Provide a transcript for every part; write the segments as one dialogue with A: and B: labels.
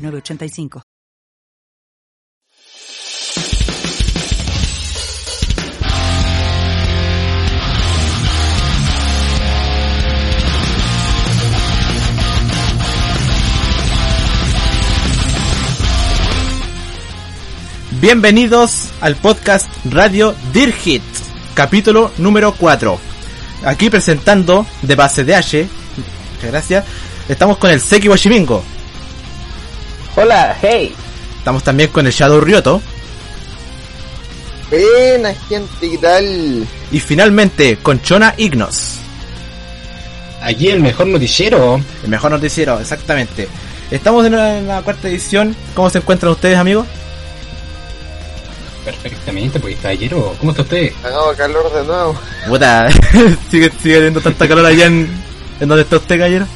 A: 985.
B: Bienvenidos al podcast Radio Dear Hit, capítulo número 4. Aquí presentando de base de H, muchas gracias, estamos con el Seki Washimingo.
C: Hola, hey.
B: Estamos también con el Shadow Rioto.
C: Buena gente, ¿qué tal?
B: Y finalmente con Chona Ignos.
D: Aquí el mejor noticiero.
B: El mejor noticiero, exactamente. Estamos en la, en la cuarta edición. ¿Cómo se encuentran ustedes, amigos?
D: Perfectamente, pues caballero. ¿Cómo está usted?
C: Acabo calor de nuevo.
B: Puta, sigue, sigue habiendo tanta calor allá en, en donde está usted, caballero.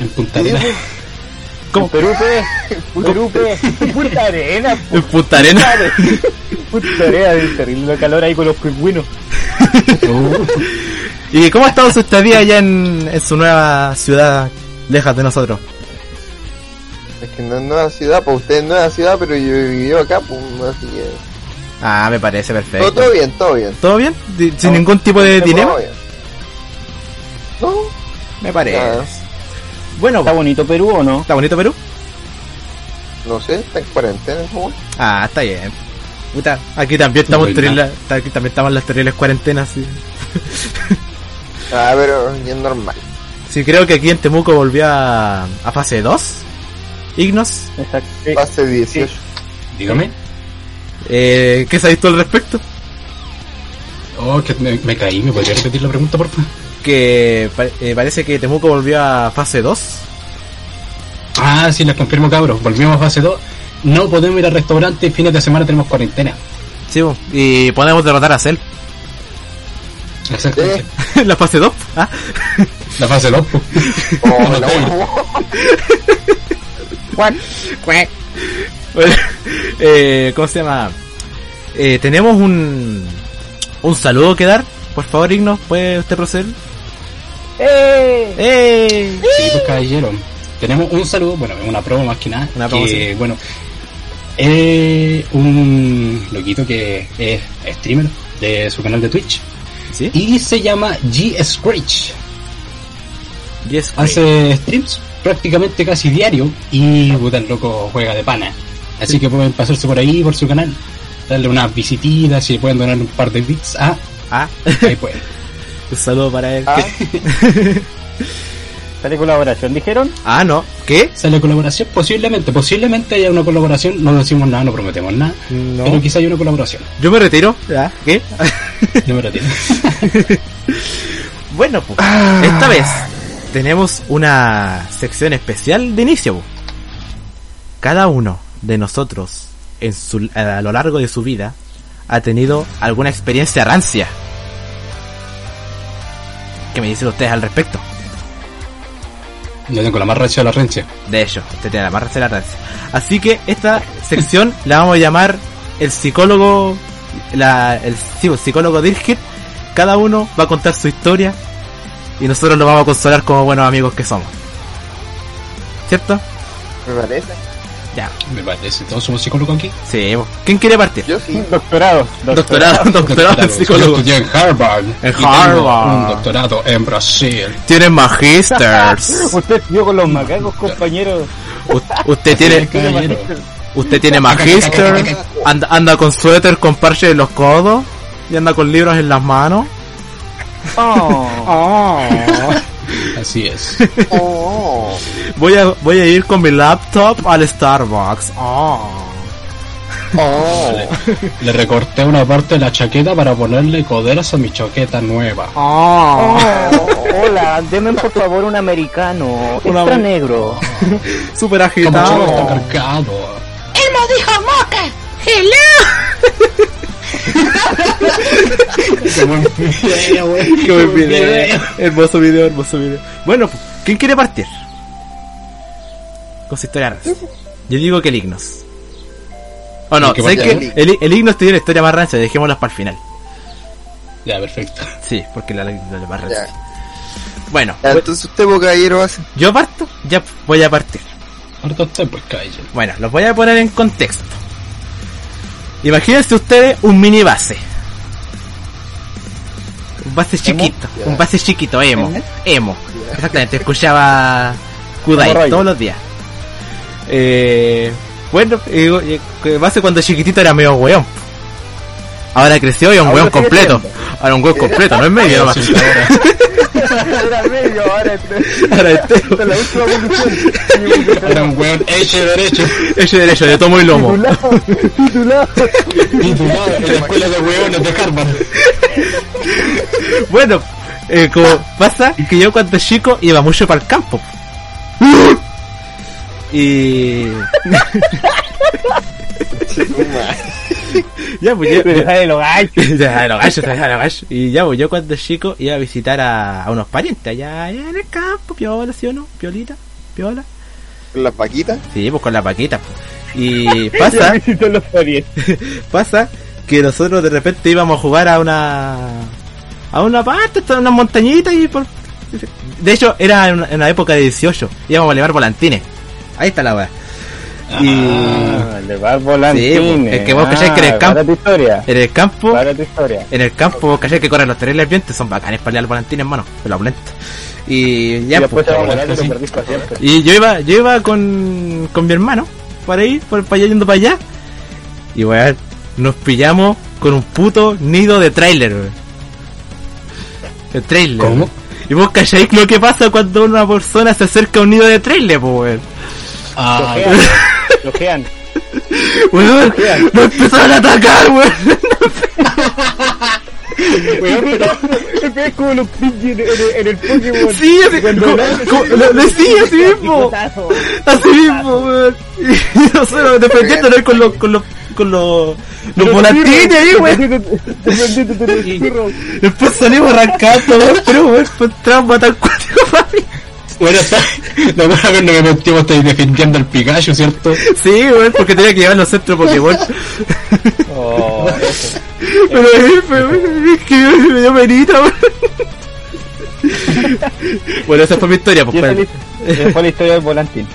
D: En Punta Arenas.
C: ¿Cómo? Perupe, Perupe, Punta Arena.
B: En Punta Arena.
C: Punta Arena, del terrible calor ahí con los pingüinos.
D: Uh.
B: ¿Y cómo ha estado su estadía allá en, en su nueva ciudad lejos de nosotros?
C: Es que no es nueva ciudad, pues usted es nueva ciudad, pero yo he vivido acá, pues así que...
B: Ah, me parece perfecto.
C: Todo, todo bien, todo bien.
B: ¿Todo bien? Di- ¿Sin ningún tipo de
C: Siempre
B: dilema?
C: vamos bien. No,
B: Me parece.
C: Nada.
B: Bueno,
E: ¿Está bonito Perú o no?
B: ¿está bonito Perú?
C: no sé, está en cuarentena, ¿no?
B: Ah, está bien. Puta, aquí también estamos
D: Muy
B: terribles, aquí también estamos en las terribles cuarentenas. Sí.
C: Ah, pero es normal.
B: Sí, creo que aquí en Temuco volvió a, a fase 2. Ignos,
E: Exacto. Eh,
C: Pase 18.
D: Dígame.
B: eh, ¿qué sabes tú al respecto?
D: Oh, que me, me caí, ¿me podría repetir la pregunta, por favor?
B: Que pa- eh, parece que Temuco volvió a fase 2.
D: Ah, sí, les confirmo, cabros. Volvimos a fase 2. No podemos ir al restaurante. Fines de semana tenemos cuarentena.
B: Sí, bo. y podemos derrotar a Cell.
D: Exactamente.
B: la fase 2. Ah,
D: La fase 2. pues.
C: Oh,
B: bueno, eh, ¿Cómo se llama? Eh, Tenemos un, un saludo que dar. Por favor, Ignos, ¿puede usted proceder?
E: ¡Eh!
B: ¡Ey!
D: Sí, pues caballero. Tenemos un saludo, bueno, una promo más que nada.
B: Una promo,
D: que, bueno, eh, un loquito que es streamer de su canal de Twitch.
B: ¿Sí?
D: Y se llama G Scratch.
B: Yes,
D: Hace streams prácticamente casi diario y puta el loco juega de pana. Así que pueden pasarse por ahí, por su canal, darle unas visititas, si le pueden donar un par de bits, ah,
B: Ah,
D: ahí pueden.
B: un saludo para él.
C: Ah.
B: ¿Qué?
E: Sale colaboración, dijeron.
B: Ah, no. ¿Qué?
D: Sale colaboración, posiblemente, posiblemente haya una colaboración, no decimos nada, no prometemos nada,
B: No.
D: pero quizá haya una colaboración.
B: Yo me retiro. Ah, ¿Qué?
D: No me retiro.
B: Bueno, pues, esta vez tenemos una sección especial de inicio. pues. Cada uno de nosotros en su- a lo largo de su vida ha tenido alguna experiencia rancia. ¿Qué me dicen ustedes al respecto?
D: Yo tengo la más rancia de la rencia.
B: De hecho, usted tiene la más rancia de la rancia. Así que esta sección la vamos a llamar el psicólogo, la, el, sí, el psicólogo Dirkit. Cada uno va a contar su historia y nosotros lo vamos a consolar como buenos amigos que somos. ¿Cierto?
C: me parece.
B: Ya.
D: Me parece, todos somos psicólogos aquí.
B: Sí. bo. ¿Quién quiere partir?
C: Yo sí.
E: Doctorado.
B: Doctorado, doctorado en
D: Yo
B: psicólogo.
D: estudié en Harvard.
B: En
D: y tengo
B: Harvard.
D: Un doctorado en Brasil.
B: Tienen magisters.
E: Usted estudió con los macacos, compañero.
B: U- usted tiene,
D: Caballero.
B: usted tiene magister. Anda, anda con suéter con parche en los codos y anda con libros en las manos.
E: Oh.
D: Así es.
C: Oh,
B: Voy a, voy a ir con mi laptop al Starbucks. Ah.
C: Oh,
D: Le recorté una parte de la chaqueta para ponerle coderas a mi chaqueta nueva.
E: Oh, hola, denme por favor un americano,
B: Un
E: extra
B: amer-
E: negro.
B: Super
D: Como
B: agitado.
D: chavo está cargado.
F: Elmo dijo moca. Hello.
B: Qué buen
D: eh.
B: video. Hermoso video, hermoso video. Bueno, pues, ¿quién quiere partir? Con su historia rancha. Yo digo que el Ignos. O no,
D: ¿Y qué
B: ¿sabes
D: parte
B: qué? El, el Ignos tiene una historia más rancha, dejémoslas para el final.
D: Ya, perfecto.
B: Sí, porque la, la, la más rancha.
C: ya.
B: Bueno,
C: Ya, Entonces usted, pues, caballero, hace.
B: yo parto, ya voy a partir.
D: Harto usted, pues calle.
B: Bueno, los voy a poner en contexto. Imagínense ustedes un mini base. Un base chiquito,
C: Ya.
B: un base chiquito, emo. Emo. Exactamente, escuchaba
E: Como
B: Kudai
E: Rayo.
B: todos los días. Eh, bueno, digo, eh, base cuando chiquitito era medio weón. Ahora creció y es un
E: Ahora
B: weón
E: sigue
B: completo. Ahora un weón completo, no es medio nomás.
D: Sí, ahora.
E: Era medio, ahora es
B: Ahora este
E: la última
D: Era un weón hecho y derecho.
B: Ese derecho de tomo y lomo.
E: Titulado, titulado.
D: Titulado en la escuela de weones de Harvard.
B: Bueno, eh, como pasa que yo cuando chico iba mucho para el campo. Y ya pues yo,
E: Pero sale lo gancho.
B: Ya, los gallos, ya, los gallos. Y ya pues yo cuando chico iba a visitar a, a unos parientes allá, allá en el campo, piola, ¿sí o no? Piolita, piola.
C: Con las vaquitas.
B: Sí, pues con la paquita. Y
E: Yo
B: pasa,
E: visito los parientes.
B: pasa que nosotros de repente íbamos a jugar a una a una parte, a una montañita y por de hecho era en una, en la época de 18, íbamos a llevar volantines. Ahí está la weá. Y
E: Ah, le vas volantines.
B: es que vos cachai que en el
E: Ah,
B: campo- Eh,
E: para tu historia.
B: en el campo,
E: Para tu historia.
B: en el campo, vos cachai que corren los terribles vientes, son bacanes para los volantines, hermano, pero la planta. Y ya
E: y después
B: pues,
E: te va a volar
D: volante,
E: y lo
D: sí.
E: perdís para siempre.
B: Y yo iba, yo iba con, con mi hermano para ir, por, para allá yendo para allá. Y weón, nos pillamos con un puto nido de trailer, weón. De trailer.
D: ¿Cómo?
B: Y vos calláis lo que pasa cuando una persona se acerca a un nido de trailer, po, weón.
D: Ah,
E: Lojean, lojean.
B: Weón, nos empezaron a atacar, weón.
E: Weón, pero es como los pinches en, en- en el Pokémon.
B: Sí, así,
E: Cuando
B: como-
E: hablan-
B: como- lo- lo- sí, así mismo.
E: Putazo.
B: Así mismo, weón. Y nosotros defendiéndonos con los, con los, con los, los volantines ahí, weón.
E: weón.
B: Después salimos arrancando, weón, pero weón, fue un trauma tan cuático para mí.
D: bueno, está. La buena vez no me metimos, estáis defendiendo al Pikachu, ¿cierto?
B: Sí, weón, porque tenía que llevarlo al centro Pokémon.
E: Oh,
B: Pero eh, pero, weón, es que yo- me dio penita, weón. Bueno, esa fue mi historia, pues.
E: y esa
B: espérate.
E: es la historia del volantín.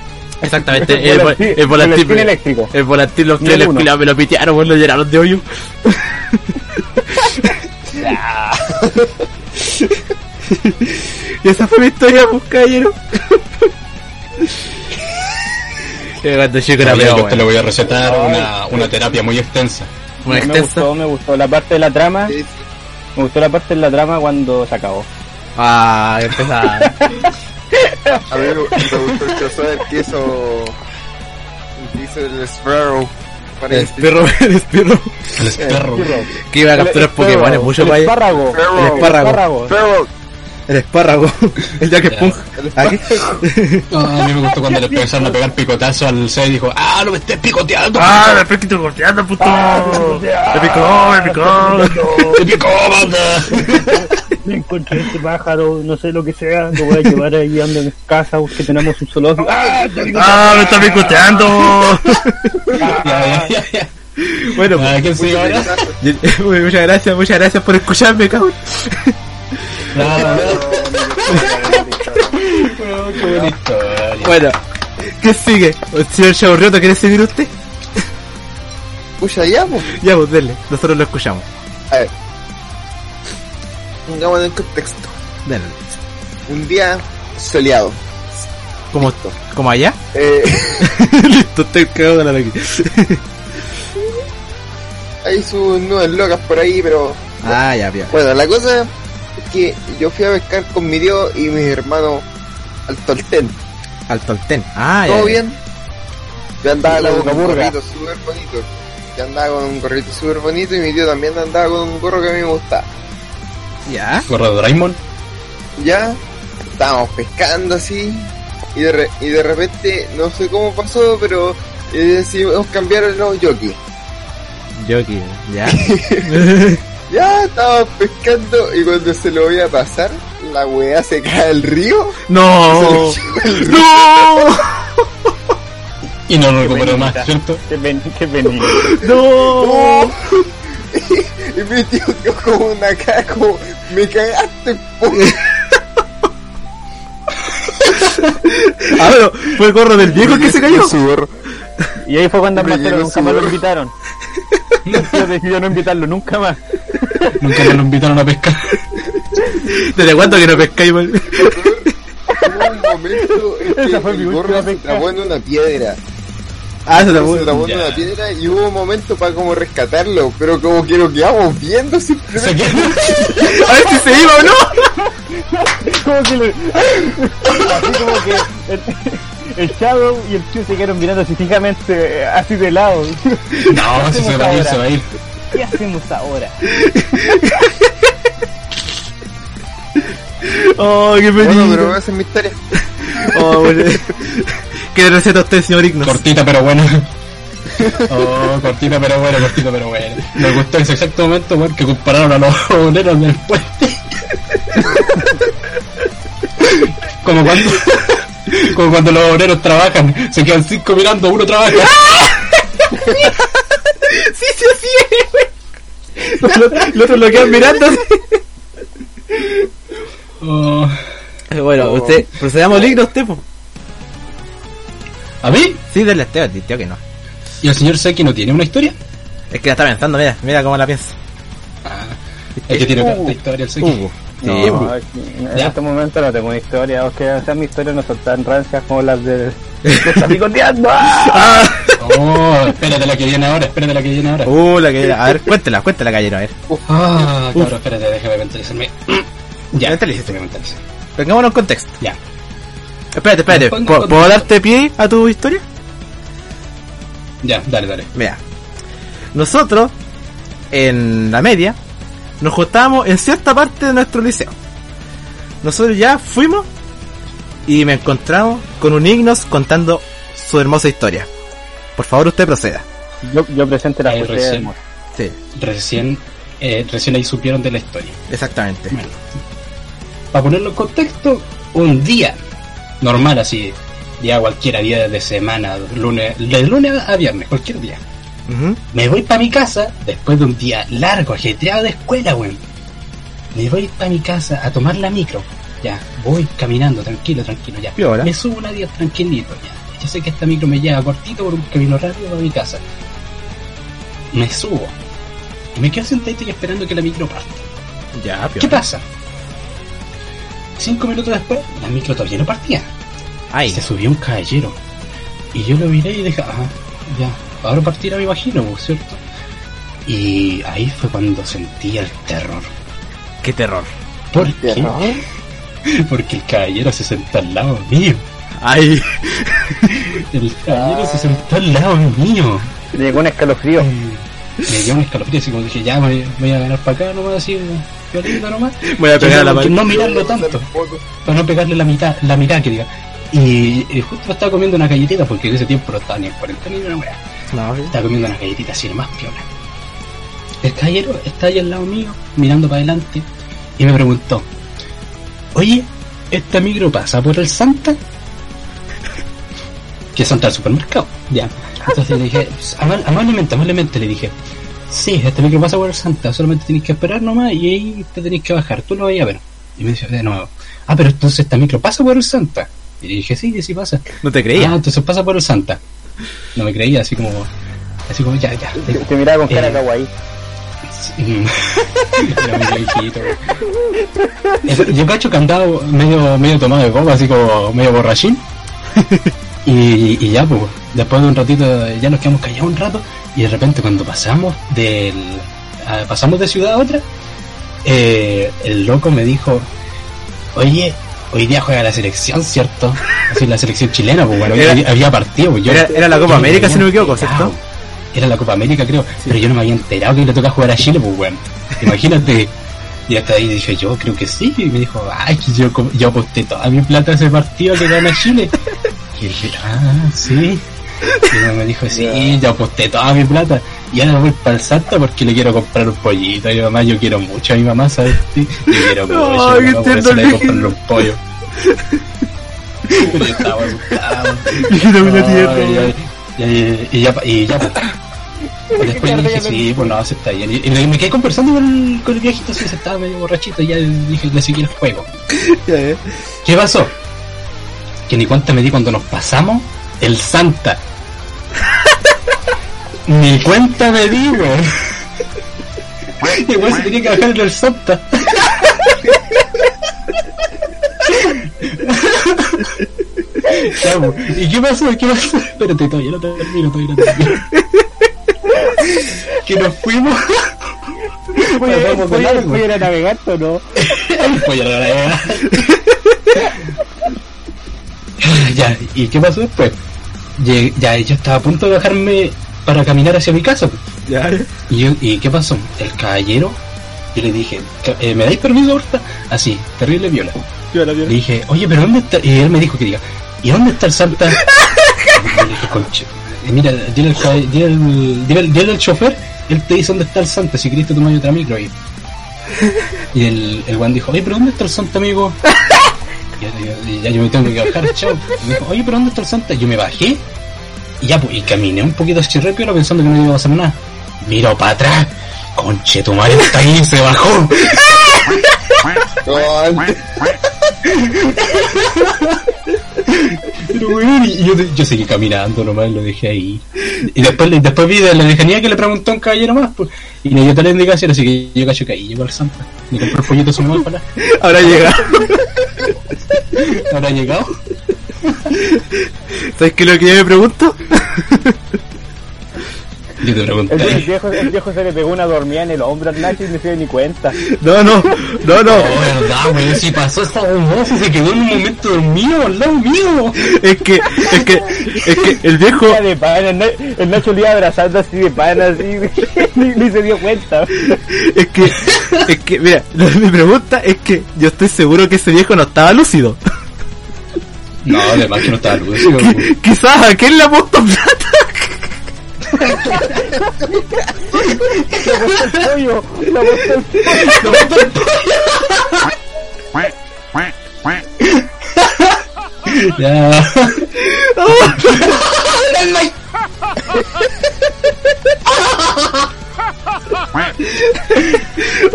B: Exactamente, el,
E: Volantín-
B: el volantín.
E: volantín eléctrico.
B: El volantín, los
E: Ni
B: tres
E: uno.
B: me lo pitearon, weón, lo llenaron de hoyo. y esa fue mi historia, pues, caballero. Eh, Cuando chico era
D: Oye,
B: peor,
D: yo te
B: weón.
D: lo voy a recetar una, una terapia muy extensa.
B: Una
E: me
B: extensa.
E: gustó, me gustó la parte de la trama.
C: Sí, sí.
E: Me gustó la parte de la trama cuando se acabó.
B: Ah, empezaba.
C: A ver, me gustó el chofer que hizo. que hizo el Sparrow. Para
B: el espirro, el espirro.
D: El esperro.
B: Que iba a capturar Pokémon, es mucho
E: el
B: para allá.
E: espárrago.
C: Espárrago.
B: El espárrago.
C: Sparrow.
B: El espárrago. El Jack
D: Ya.
B: Punk. Aquí.
D: Ah, a mí me gustó cuando le empezaron a pegar picotazo al C y dijo, ¡ah, no me estés picoteando!
B: ¡Ah, me estoy golpeando, puto!
E: Ah,
B: ¡Me picó, me picó!
D: ¡Te picó, banda!
E: Me encontré este pájaro, no sé lo que sea, lo voy a llevar ahí a mi casa, que tenemos un zoológico. ¡Ah!
B: ¡Ah, me está picoteando!
D: Ya, ya, ya,
B: bueno,
D: ya. Ah, ¿Quién sigue ahora?
B: pues, muchas gracias, muchas gracias por escucharme, cabrón.
D: Nada, nada. Qué buena historia.
B: Bueno, ¿qué sigue? ¿El señor Chaburrioto quiere seguir usted?
C: Pucha, ya, pues.
B: Ya, pues, denle, nosotros lo escuchamos.
C: A ver. Pongamos en contexto.
B: Denle.
C: Un día soleado.
B: ¿Cómo, ¿Cómo allá?
C: Eh,
B: Listo, estoy cagado de la aquí.
C: hay sus nubes locas por ahí, pero
B: ah, ya, bien.
C: Bueno, la cosa es que yo fui a pescar con mi tío y mis hermanos al Tolten.
B: Al Tolten. Ah, ya.
C: ¿Todo
B: ya.
C: bien? Yo andaba
E: Sí,
C: la
E: la
C: boca
E: burga.
C: súper bonito. que andaba con un gorrito súper bonito y mi tío también andaba con un gorro que a mí me gustaba.
B: Ya.
D: Gorro de Doraemon.
C: Ya, estábamos pescando así y de, re- y de repente, no sé cómo pasó, pero eh, decidimos cambiar los jockeys.
B: Yo aquí, ya.
C: Ya estábamos pescando y cuando se lo voy a pasar, la weá se cae al río. Se
B: no.
C: lo lleva el río.
B: No.
D: Y no lo recuperó
E: bonita.
D: más, ¿cierto?
E: Qué, pen, qué penita.
B: No.
C: Y mi tío quedó como una cara como, me cagaste, po".
B: Ah, pero fue el gorro del viejo que se cayó.
C: Su gorro.
E: Y ahí fue cuando
C: Hombre,
E: Marcelo
C: llegó
E: nunca más lo
C: su-
E: invitaron. Yo decidió no invitarlo nunca más.
D: Nunca me lo invitaron a pescar.
B: ¿Desde cuándo que no pescáis? man?
C: Hubo un momento en que
E: Esa fue mi
C: el
E: última
C: gorro se
E: pesca.
C: trabó en una piedra.
B: Ah, se
C: Se
B: tapó.
C: trabó en
D: Ya.
C: una piedra y hubo un momento para como rescatarlo, pero como que lo quedamos viendo
D: O sea,
C: simplemente.
D: que-
B: A ver si se iba o no.
E: Como que le- Así como que el, el Shadow y el tío se quedaron mirando así fijamente, eh, así de lado.
D: No, si se va a ir, se va a ir.
E: ¿Qué hacemos ahora?
B: Oh, qué
C: Bueno, pero
B: peligro.
C: esa es mi historia.
B: Oh, bueno. ¿Qué receta usted, señor Ignos?
D: Cortita pero buena. Oh, cortita pero buena, cortita pero buena. Me gustó ese exacto momento, weón, que compararon a los obreros del puente. Como cuando, como cuando los obreros trabajan, se quedan cinco mirando, uno trabaja.
B: Sí, sí, sí. El otro lo quedan mirando.
D: Oh,
B: Eh, Bueno, usted, procedamos al Ignos, usted, po.
D: ¿A mí?
B: Sí, del Esteo, tío, que no.
D: ¿Y el señor Seki no tiene una historia?
B: Es que la está pensando, mira, mira cómo la piensa.
D: Es que tiene
E: Uh.
D: tanta historia Ah, el Seki.
B: Hugo. Sí, Hugo.
E: No, en
D: pues. Ya.
E: este momento no tengo una historia, o sea, o sea, mis historias no son tan rancias como las de... de está picoteando! ¡Ah!
B: Ah,
D: Oh, espérate la que viene ahora, espérate la que viene ahora.
B: uh, la que A ver, cuéntela, cuéntela, caballero, a ver.
D: Ah,
E: uh.
D: cabrón, espérate, déjame mentalizarme. Ya,
B: Mentalízate.
D: me mentalizo.
B: Pongámonos en contexto.
D: Ya.
B: Espérate, espérate.
D: Pongo en
B: ¿Puedo,
D: contexto.
B: puedo darte pie a tu historia?
D: Ya, dale, dale.
B: Mira. Nosotros, en la media, nos juntábamos en cierta parte de nuestro liceo. Nosotros ya fuimos y me encontramos con un Ignos contando su hermosa historia. Por favor, usted proceda.
E: Yo, yo presente la
D: Ahí
E: historia
D: Eh, recién.
E: hermosa.
B: Sí,
D: Recién, eh, recién ahí supieron de la historia.
B: exactamente.
D: Bueno, para ponerlo en contexto, un día normal así, día cualquiera, día de semana, lunes, de lunes a viernes, cualquier día.
B: Ujú.
D: Me voy para mi casa después de un día largo, ajetreado de escuela, weón. Me voy para mi casa a tomar la micro. Ya, voy caminando, tranquilo, tranquilo, ya.
B: Piola.
D: Me subo una día tranquilito, ya. Yo sé que esta micro me lleva cortito por un camino rápido para mi casa. Me subo. Y me quedo sentadito y esperando que la micro parta.
B: Ya,
D: ¿Qué
B: piola.
D: pasa? Cinco minutos después, la micro todavía no partía. Y
B: Ahí.
D: se subió un caballero. Y yo lo miré y dije, ah, ya, ahora partirá me imagino, ¿no es ¿cierto? Y ahí fue cuando sentí el terror.
B: Qué terror.
D: ¿Por qué?
C: ¿no?
D: Porque el caballero se sentó al lado mío.
B: Ay.
D: El caballero se sentó al lado mío.
E: Llegó un escalofrío.
D: Em, Me dio un escalofrío, así como dije, ya, me voy a ganar para acá nomás, así, violento nomás.
B: Voy a pegar a la
D: no,
B: pared.
D: no mirarlo tanto. para no pegarle la mitad, la mitad que diga. Y, eh, justo estaba comiendo una galletita, porque en ese tiempo no estaba ni en cuarentena ni una weá.
B: No, sí.
D: Estaba comiendo una galletita así, la más piola. El caballero está ahí al lado mío, mirando para adelante, y me preguntó, oye, ¿esta micro pasa por el Santa? Que Santa al supermercado, ya. Entonces le dije, "Amal- amablemente, amablemente le dije, sí, esta micro pasa por el Santa, solamente tenéis que esperar nomás y ahí te tenéis que bajar, tú lo vais a ver. Y me dice de nuevo, ah, pero entonces esta micro pasa por el Santa. Y le dije, sí, que sí pasa.
B: No te
D: Ah,
B: creía.
D: entonces pasa por el Santa. No me creía, así como. Así como, ya, ya.
E: Te, te miraba con cara
D: Eh.
E: kawaii.
D: Mm. Era muy viejito, güey. Eso, Yo cacho que andaba medio, medio tomado de copa, así como medio borrachín. Y, y ya, pues, después de un ratito, ya nos quedamos callados un rato. Y de repente, cuando pasamos del. a- pasamos de ciudad a otra, eh, el loco me dijo: Oye, hoy día juega la selección, ¿cierto? Así, la selección chilena, pues, bueno, hoy
B: Era-
D: día había partido, pues, yo.
B: Era- era la Copa
D: yo
B: América, si no me
D: había
B: equivoco, ¿cierto?
D: pegado. era la Copa América, creo. Pero yo no me había enterado que le toca jugar a Chile, pues, weón. Imagínate. Y hasta ahí dije yo, creo que sí. Y me dijo, ay, que yo, co- yo aposté toda mi plata a ese partido que gana Chile. Y dije, ah, sí. Y él me dijo, sí, yo aposté toda mi plata. Y ahora voy para el Santa porque le quiero comprar un pollito a mi mamá. Yo quiero mucho a mi mamá, ¿sabes? Sí, Le quiero mucho,
B: Ay,
D: mi mamá, por eso le voy
B: entiendo,
D: a comprar un pollo. Yo estaba asustado.
B: Era una tierra,
D: Ay,
B: weón.
D: ay, ay, Y ya, y ya, pues. Después le dije, sí, pues no, acepta bien. Y, y me quedé conversando con el, con el viejito, sí, se estaba medio borrachito. Y ya dije, le seguí el juego.
B: Ya, eh.
D: ¿Qué pasó? Que ni cuenta me di cuando nos pasamos el Santa. ni cuenta me di, weón. Igual se tenía que bajar en el Santa. Ya, po. ¿Y qué pasó? ¿Qué pasó? Espérate, todavía no termino, todavía no termino. que nos fuimos.
E: Voy a,
D: Pasamos de
E: voy a-
D: largo.
E: voy a ir a navegar o no.
D: Pollo a la gallega. ya, ¿y qué pasó después? Llegué- ya, yo estaba a punto de bajarme para caminar hacia mi casa.
B: Ya, eh.
D: ¿Y, yo- y qué pasó? El caballero, yo le dije, "Ca- eh, ¿me dais permiso ahorita? Así, terrible viola.
B: Yo la
D: Le
B: mierda.
D: dije, oye, pero ¿dónde está? Y él me dijo que diga, ¿y dónde está el Santa? Y yo le dije, "Conche, eh, Mira, dile al, cabe- dile, al- dile al- dile al chofer, él te dice dónde está el Santa, si querés te tomas otra micro ahí. Y el, el Juan dijo, oye, pero ¿dónde está el Santa, amigo? Y yo le digo, "Y ya yo me tengo que bajar, chao. Y me dijo, oye, pero ¿dónde está el Santa? Yo me bajé y ya, pues, y caminé un poquito hacia el pero pensando que no iba a pasar nada. Miro para atrás, conche, tu madre está ahí, se bajó. Pero weón, y yo, yo seguí caminando nomás, lo dejé ahí. Y después, le- después vi de la lejanía que le preguntó a un caballero más, pues, y le dio tal indicación, así que yo cacho que ahí llegó al Santa. Le compró el pollito a su mamá para
B: Ahora llega.
D: habrá llegado.
B: ¿Sabes qué es lo que yo me pregunto?
D: Yo
E: El,
D: te
E: el
D: pregunté,
E: viejo, el viejo se le pegó una dormida en el hombro al Nacho y no se dio ni cuenta.
B: No, no, no, no.
D: oh, verdad, weón, si pasó esta hermosa, se quedó en un momento dormido al lado mío.
B: Es que, es que, es que el viejo,
E: Era de pana, el, Na- el Nacho le iba abrazando así de pana, así, ni, ni se dio cuenta.
B: es que, es que, mira, lo- mi pregunta es que yo estoy seguro que ese viejo no estaba lúcido.
D: No, además que no estaba lúcido. pues. weón.
B: Quizás a quién le apostó plata.
E: Le apostó el pollo, le apostó
B: Ah,
E: el pollo.
D: Ya. Ay,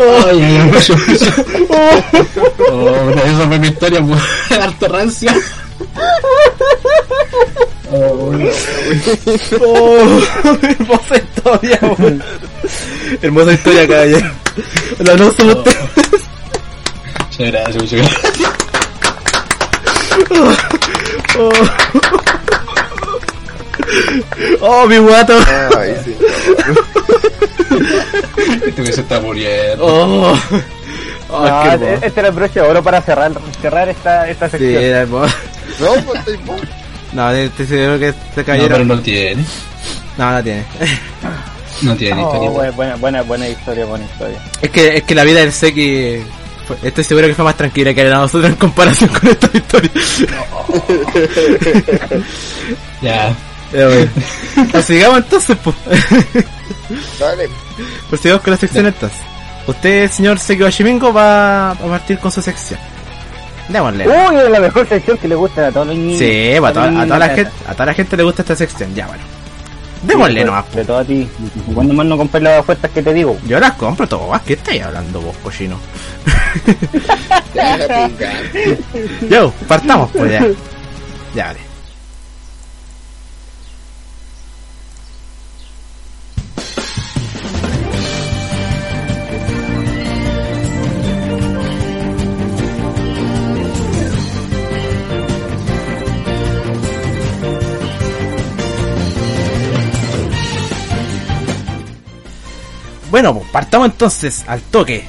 D: ay, ay, mucho, mucho. Oh, bueno, esa fue mi historia, pues, harto rancio.
B: Oh, hermosa historia, weón. Hermosa historia, caballero. No, no somos tres.
D: Muchas gracias, muchas gracias.
B: Oh, mi guato.
C: Ay, sí.
D: Este que se está muriendo.
B: Oh, oh qué
E: Ah, eh,
B: hermoso.
E: este era el broche de oro para cerrar, cerrar esta, esta
B: Sí,
E: sección.
B: era hermoso.
C: No, pues estoy po-
B: No, estoy seguro que este
D: No,
B: caballero.
D: pero no tiene.
B: No, no tiene.
D: No tiene
E: Oh,
D: historia.
E: buena, buena, buena, buena historia, buena historia.
B: Es que, es que la vida del Seki fue- estoy seguro que fue más tranquila que la de nosotros en comparación con esta historia.
D: Ya.
B: Ya, bueno. Prosigamos entonces, pues.
C: Dale.
B: Prosigamos con la sección entonces. Usted, señor Seki Washimingo, va a partir con su sección. Démosle.
E: Uy, es la mejor sección que le gusta a todos los niños.
B: Sí, pues, a toda, a toda la
E: Sí,
B: gente, a toda la gente le gusta esta sección, ya bueno. Démosle
E: pues,
B: nomás,
E: De todo a ti. Cuando más no compres las ofertas que te digo.
B: Yo las compro todas, ¿qué estáis hablando vos, cochino?
C: Déjala picar.
B: Yo, partamos, pues ya. Ya, vale. Bueno, pues partamos entonces al toque.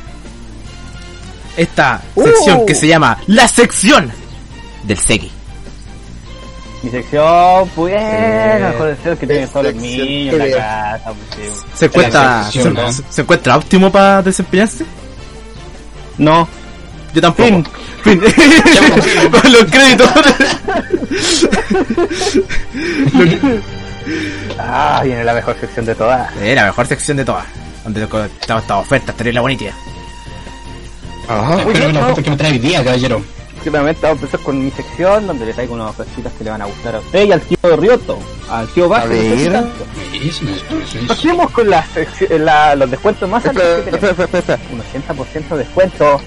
B: Esta sección que se llama La sección del Seki.
E: Mi sección, pues,
C: Eh,
E: bueno, joder, es que tienen todos los
C: sección
E: niños en
C: que-
E: la casa, pues, sí.
B: ¿Se encuentra,
D: La
B: se,
D: sección, ¿no?
B: se encuentra óptimo para desempeñarse?
E: No,
B: Yo tampoco.
E: Fin.
B: Fin. pues. Con los créditos.
E: ah, viene la mejor sección de todas.
B: Eh, la mejor sección de todas. Donde estaba esta oferta, estaría la bonita.
C: Ajá.
D: Espero que la foto que me trae hoy día, caballero.
E: Últimamente vamos a empezar con mi sección, donde le traigo unas cositas que le van a gustar a usted y al tío de Rioto, al tío Bajo.
C: ver.
E: Pasemos con la secci- la- los descuentos más altos que
C: Espera,
E: tenemos.
C: espera, espera, espera.
E: Un 80% de descuento.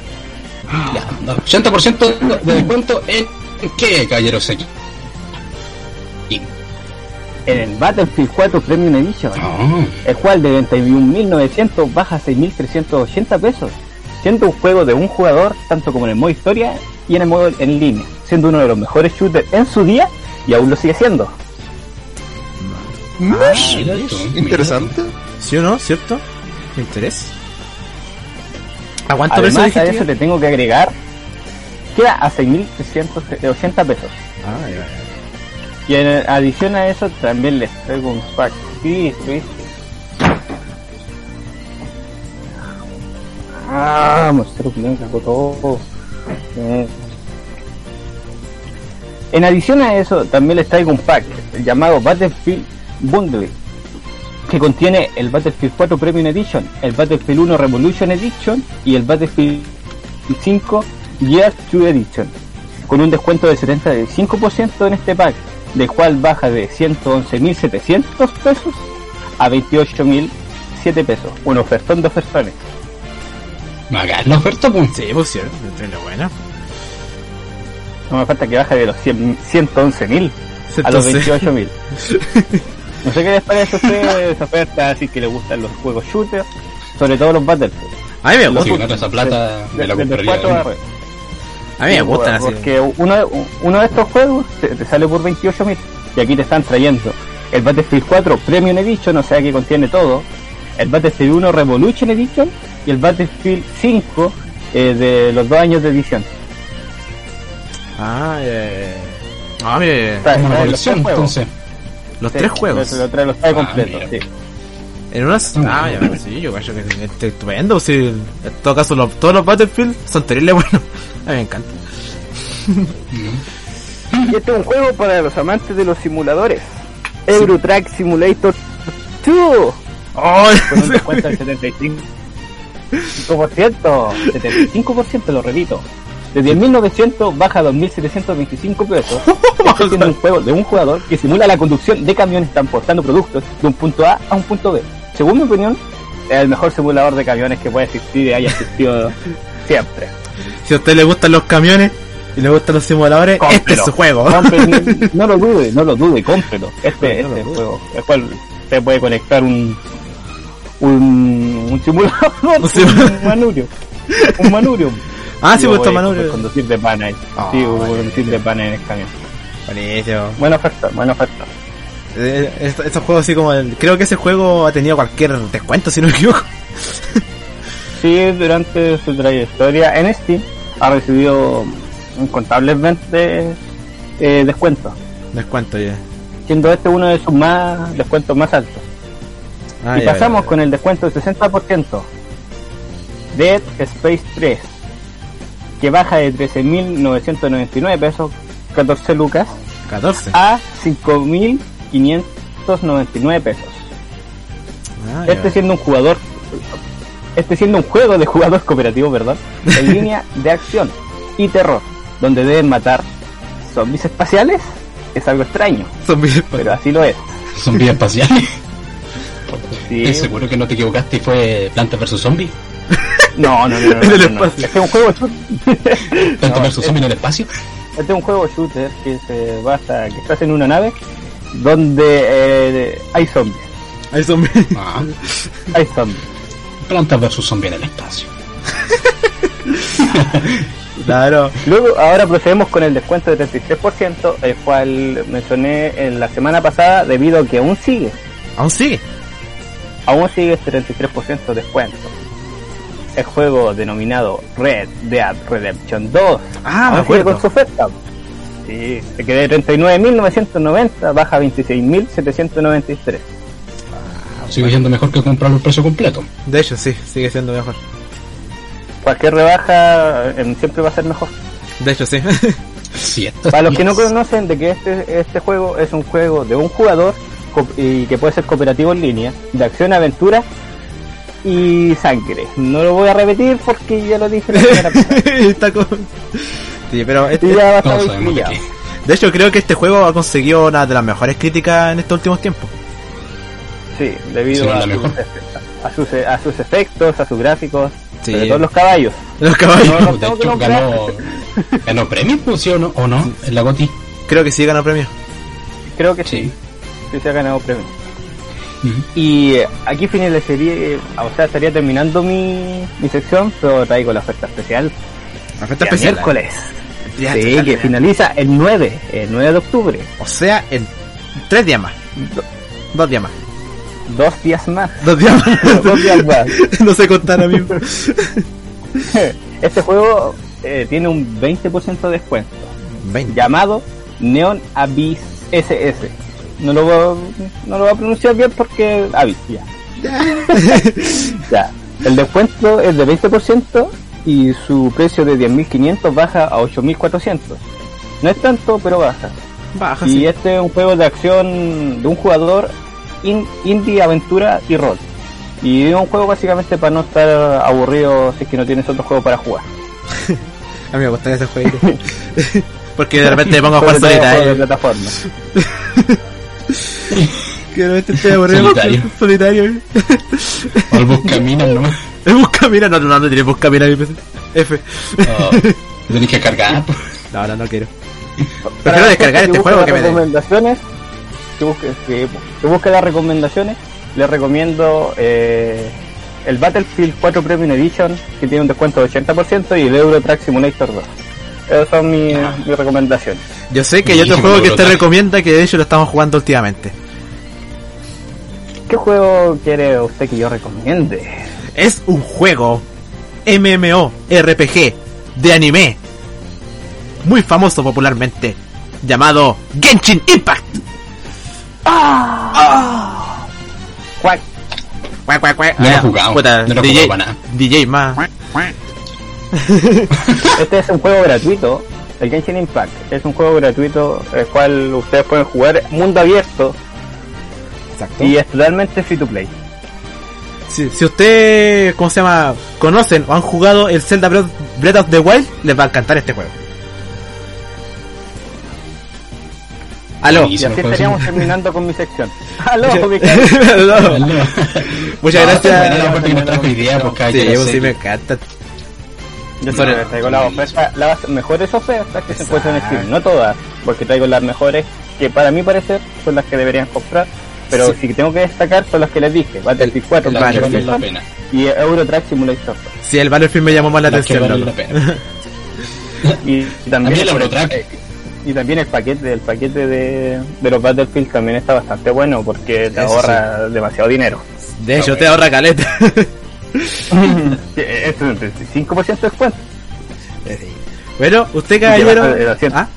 D: Ya, 80% de descuento en qué, caballero Seki.
E: En el Battlefield 4 Premium Edition,
D: Ah,
E: el cual de 21.900 baja a 6.380 pesos, siendo un juego de un jugador tanto como en el modo historia y en el modo en línea, siendo uno de los mejores shooters en su día y aún lo sigue siendo.
D: mira esto, mira
C: Interesante.
B: ¿Sí o no? ¿Cierto? ¿Me interesa? ¿A cuánto precio
E: Además a
B: dijiste?
E: eso te tengo que agregar, queda a 6.380 pesos.
B: Ah, ya, ya.
E: Y en adición a eso también les traigo un pack. Sí, sí. Ah, monstruo que me cagó todo. Eh. En adición a eso también les traigo un pack llamado Battlefield Bundle que contiene el Battlefield 4 Premium Edition, el Battlefield 1 Revolution Edition y el Battlefield 5 Year 2 Edition, con un descuento del 75% en este pack, del cual baja de 111.700 pesos a 28.007 pesos, un ofertón de ofertones.
D: Bacán la oferta, pues.
B: Sí, pues cierto. Entre la buena.
E: No me falta que baje de los 100 111.000 a los
B: Entonces-
E: 28.000. No sé qué les parece a ustedes esa oferta, así que les gustan los juegos shooters, sobre todo los Battlefield.
B: A mí me
D: Si
B: gustan.
D: ganara esa plata, me la
E: Desde
D: compraría.
E: cuatro barras.
B: A mí me gustan así.
E: pues, Porque uno de, uno de estos juegos te, te sale por 28.000 y aquí te están trayendo el Battlefield 4 Premium Edition, o sea que contiene todo, el Battlefield 1 Revolution Edition y el Battlefield 5 eh, de los dos años de edición.
B: Ah, eh. Ah, mire.
E: Trae-
D: Una
E: trae los
D: colección,
E: tres juegos.
D: entonces.
B: Los
E: Sí,
B: tres
E: te
B: juegos.
E: Lo trae los tres
D: Ah,
E: completos,
D: mira.
E: sí.
B: En unas. Ah, ya, sí, yo creo que es estupendo. Si en todo caso, los- todos los Battlefield son terribles buenos. A mí me encanta.
E: Y este es un juego para los amantes de los simuladores. Eurotrack Simulator 2.
B: ¡Ay!
E: con un descuento del 75%. 75%, lo repito. De 10.900 baja a 2.725 pesos. Este siendo un juego de un jugador que simula la conducción de camiones transportando productos de un punto A a un punto B. Según mi opinión, es el mejor simulador de camiones que puede existir y haya existido siempre.
B: Si a usted le gustan los camiones y le gustan los simuladores, este es su juego.
E: Compre- no lo dude, no lo dude, cómprelo. Este,
B: No lo
E: este
B: dude.
E: juego, el cual usted puede conectar un un, un simulador,
B: Un
E: un,
B: simulador.
E: manubrio, un manubrio.
B: Ah, sí,
E: Yo
B: puesto
E: voy con-
B: manubrio.
E: Conducir de pana ahí.
B: Ah,
E: sí, voy a
B: vale.
E: conducir de pana en el camión.
B: Buenísimo.
E: Buena oferta, buena oferta.
B: Eh, est- Estos juegos así como el- Creo que ese juego ha tenido cualquier descuento, si no me equivoco.
E: Sí, durante su trayectoria en Steam ha recibido incontablemente eh, descuentos,
B: Descuento ya.
E: siendo este uno de sus más descuentos más altos.
B: Ah,
E: y
B: ya,
E: pasamos
B: ya.
E: con el descuento del 60%. Dead Space 3, que baja de 13.999 pesos, 14 lucas,
B: 14.
E: a 5.599 pesos.
B: Ah, ya.
E: Este siendo un jugador, este siendo un juego de jugador cooperativo, perdón, en línea de acción y terror, donde deben matar zombies espaciales, es algo extraño,
B: Zombies.
E: pero así lo es.
D: Son vías espaciales.
E: Sí,
D: ¿Es seguro que no te equivocaste y fue Planta vs Zombie?
E: no, no, no, no,
B: En el
E: no, no.
B: espacio.
E: Este es un juego chut-
D: Planta
E: No, eh.
D: vs
E: es-
D: Zombie en el espacio.
E: Este es un juego shooter que se basa que estás en una nave donde eh, hay zombies.
B: Hay zombies.
D: Ah,
E: Hay zombies.
D: Planta vs Zombie en el espacio.
B: Claro.
E: Luego, ahora procedemos con el descuento de 33%, el cual mencioné en la semana pasada debido a que aún sigue.
B: Aún sigue.
E: Aún sigue este 33% de descuento. El juego denominado Red Dead Redemption 2.
B: Ah, me
E: aún sigue
B: acuerdo.
E: con su oferta. Sí, se quedó de 39.990, baja a 26.793. Ah,
D: Sigue siendo mejor que comprar el precio completo.
B: De hecho, sí, sigue siendo mejor.
E: Cualquier rebaja eh, siempre va a ser mejor.
B: De hecho, sí.
D: Sí, esto
E: Para los que no
D: es-
E: conocen de que este, este juego es un juego de un jugador co- y que puede ser cooperativo en línea, de acción, aventura y sangre. No lo voy a repetir porque ya lo dije la primera vez.
B: Está como- Sí, pero este-
E: Y ya va a estar
D: todos sabemos de
E: pillado.
D: qué.
B: de hecho creo que este juego ha conseguido una de las mejores críticas en estos últimos tiempos.
E: Sí,
D: Sí,
E: debido
D: no es
E: a,
D: la mejor.
E: sus, a, sus, eh, a sus efectos, a sus gráficos,
B: Sí.
E: sobre todo los caballos.
B: Los caballos.
E: No, no
D: De
E: tengo que
D: hecho,
E: nombrar.
D: ganó, ganó premio, pues, ¿sí o no? ¿O no? En la GOTI.
B: Creo que sí ganó premio.
E: Creo que sí,
D: Sí.
E: que se ha ganado premio.
D: Ujú.
E: Y eh, aquí finalizaría, eh, o sea, estaría terminando mi, mi sección, pero traigo la oferta especial.
B: Oferta
E: que a
B: especial.
E: Miércoles.
B: Ya,
E: sí,
B: ya,
E: que
B: ya.
E: finaliza el 9, el 9 de octubre.
B: O sea, en tres días más.
E: Do-
B: Dos días más.
E: dos días más.
B: Dos días más.
E: Dos días más.
B: no sé contar a mí.
E: Este juego eh, tiene un 20% de descuento.
B: Veinte.
E: Llamado Neon Abyss SS. No lo, voy, no lo voy a pronunciar bien porque Abyss, ya. ya. El descuento es de 20% y su precio de 10.500 baja a 8.400. No es tanto, pero baja.
B: Baja,
E: Y
B: Ah, sí.
E: este es un juego de acción de un jugador in- indie, aventura y rol. Y es un juego básicamente para no estar aburrido si es que no tienes otro juego para jugar.
B: A mí me gustan esos juegos. Porque de repente me pongo a jugar
E: Sobre todo
B: solitario.
E: juegos de plataforma.
B: Que de repente estoy aburrido.
D: Solitario.
B: Solitario. eh.
D: O el bus camina nomás.
B: Es busca mira, no, no, no, no tiene busca mira mi PC. F.
D: Oh, tenés que cargar. po.
B: No, no, no quiero.
E: Para
B: Prefiero
E: la
B: descargar este
E: gente busca
B: juego
E: las
B: que me den.
E: recomendaciones, que busque, que- que busque las recomendaciones, les recomiendo eh, el Battlefield 4 Premium Edition, que tiene un descuento de 80%, y el Euro Truck Simulator 2. Esas son mis, mis recomendaciones.
B: Yo sé que hay otro
D: Buenísimo,
B: juego que te
D: brutal.
B: recomienda que de hecho lo estamos jugando últimamente.
E: ¿Qué juego quiere usted que yo recomiende?
B: Es un juego MMO RPG de anime muy famoso popularmente llamado Genshin Impact.
E: ¿Cuál?
B: Ah. Cuac, cuac, cuac.
D: No lo he
B: Ah,
D: jugado,
B: puta,
D: no lo he
B: DJ,
D: jugado para nada.
B: DJ más.
E: Este es un juego gratuito, el Genshin Impact. Es un juego gratuito el cual ustedes pueden jugar mundo abierto
B: Exacto.
E: y es totalmente free to play.
B: Si, si usted, ¿cómo se llama? Conocen o han jugado el Zelda Breath Breath of the Wild, les va a encantar este juego. Aló.
E: Y
D: Buenísimo.
E: así
D: el juego,
E: estaríamos
D: sí.
E: terminando con mi sección. ¡Aló, mi cara!
B: Aló. Muchas
D: No, está buena la
B: gracias.
D: parte que nos trajo idea, pues, cada
B: pues, Sí, yo
D: que la
B: sí
D: serie.
B: me encanta.
E: Yo
B: Sobre-
E: siempre traigo las ofertas, las mejores ofertas que se encuentran en Steam, no todas, porque traigo las mejores que para mi parecer son las que deberían comprar, pero
B: Sí.
E: si tengo que destacar son las que les dije, Battlefield 4
D: La
B: Vale,
D: que
E: Battlefield
D: vale la
E: 4,
D: pena.
E: y Euro Truck Simulator.
B: Sí, el Battlefield me llamó más la,
D: La que
B: atención.
D: vale
B: loco.
D: la pena.
E: Y
D: A mí
E: también
D: el Eurotrack.
E: y también el paquete, el paquete de, de los Battlefield también está bastante bueno porque te
B: Eso
E: ahorra demasiado dinero.
B: De hecho,
D: Ah,
B: te ahorra caleta.
E: eh, es un 35% de descuento.
B: bueno, usted
E: Y te
B: caballero.
E: baja el
B: ¿Ah?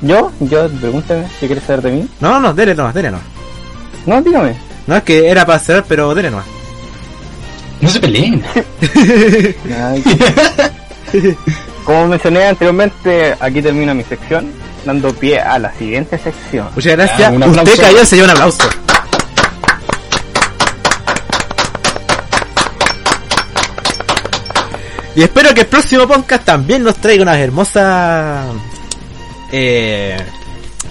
E: Yo, yo, pregúntame, ¿qué quieres saber de mí?
B: No, no, no, dele nomás, dele nomás.
E: No, dígame.
B: No es que era para cerrar, pero dele nomás.
D: No se peleen.
E: Como mencioné anteriormente, aquí termina mi sección, dando pie a la siguiente sección.
B: Muchas gracias.
D: Ah, un
B: usted
D: aplauso.
B: caballero se lleva un aplauso. Y espero que el próximo podcast también nos traiga unas hermosas... Eh...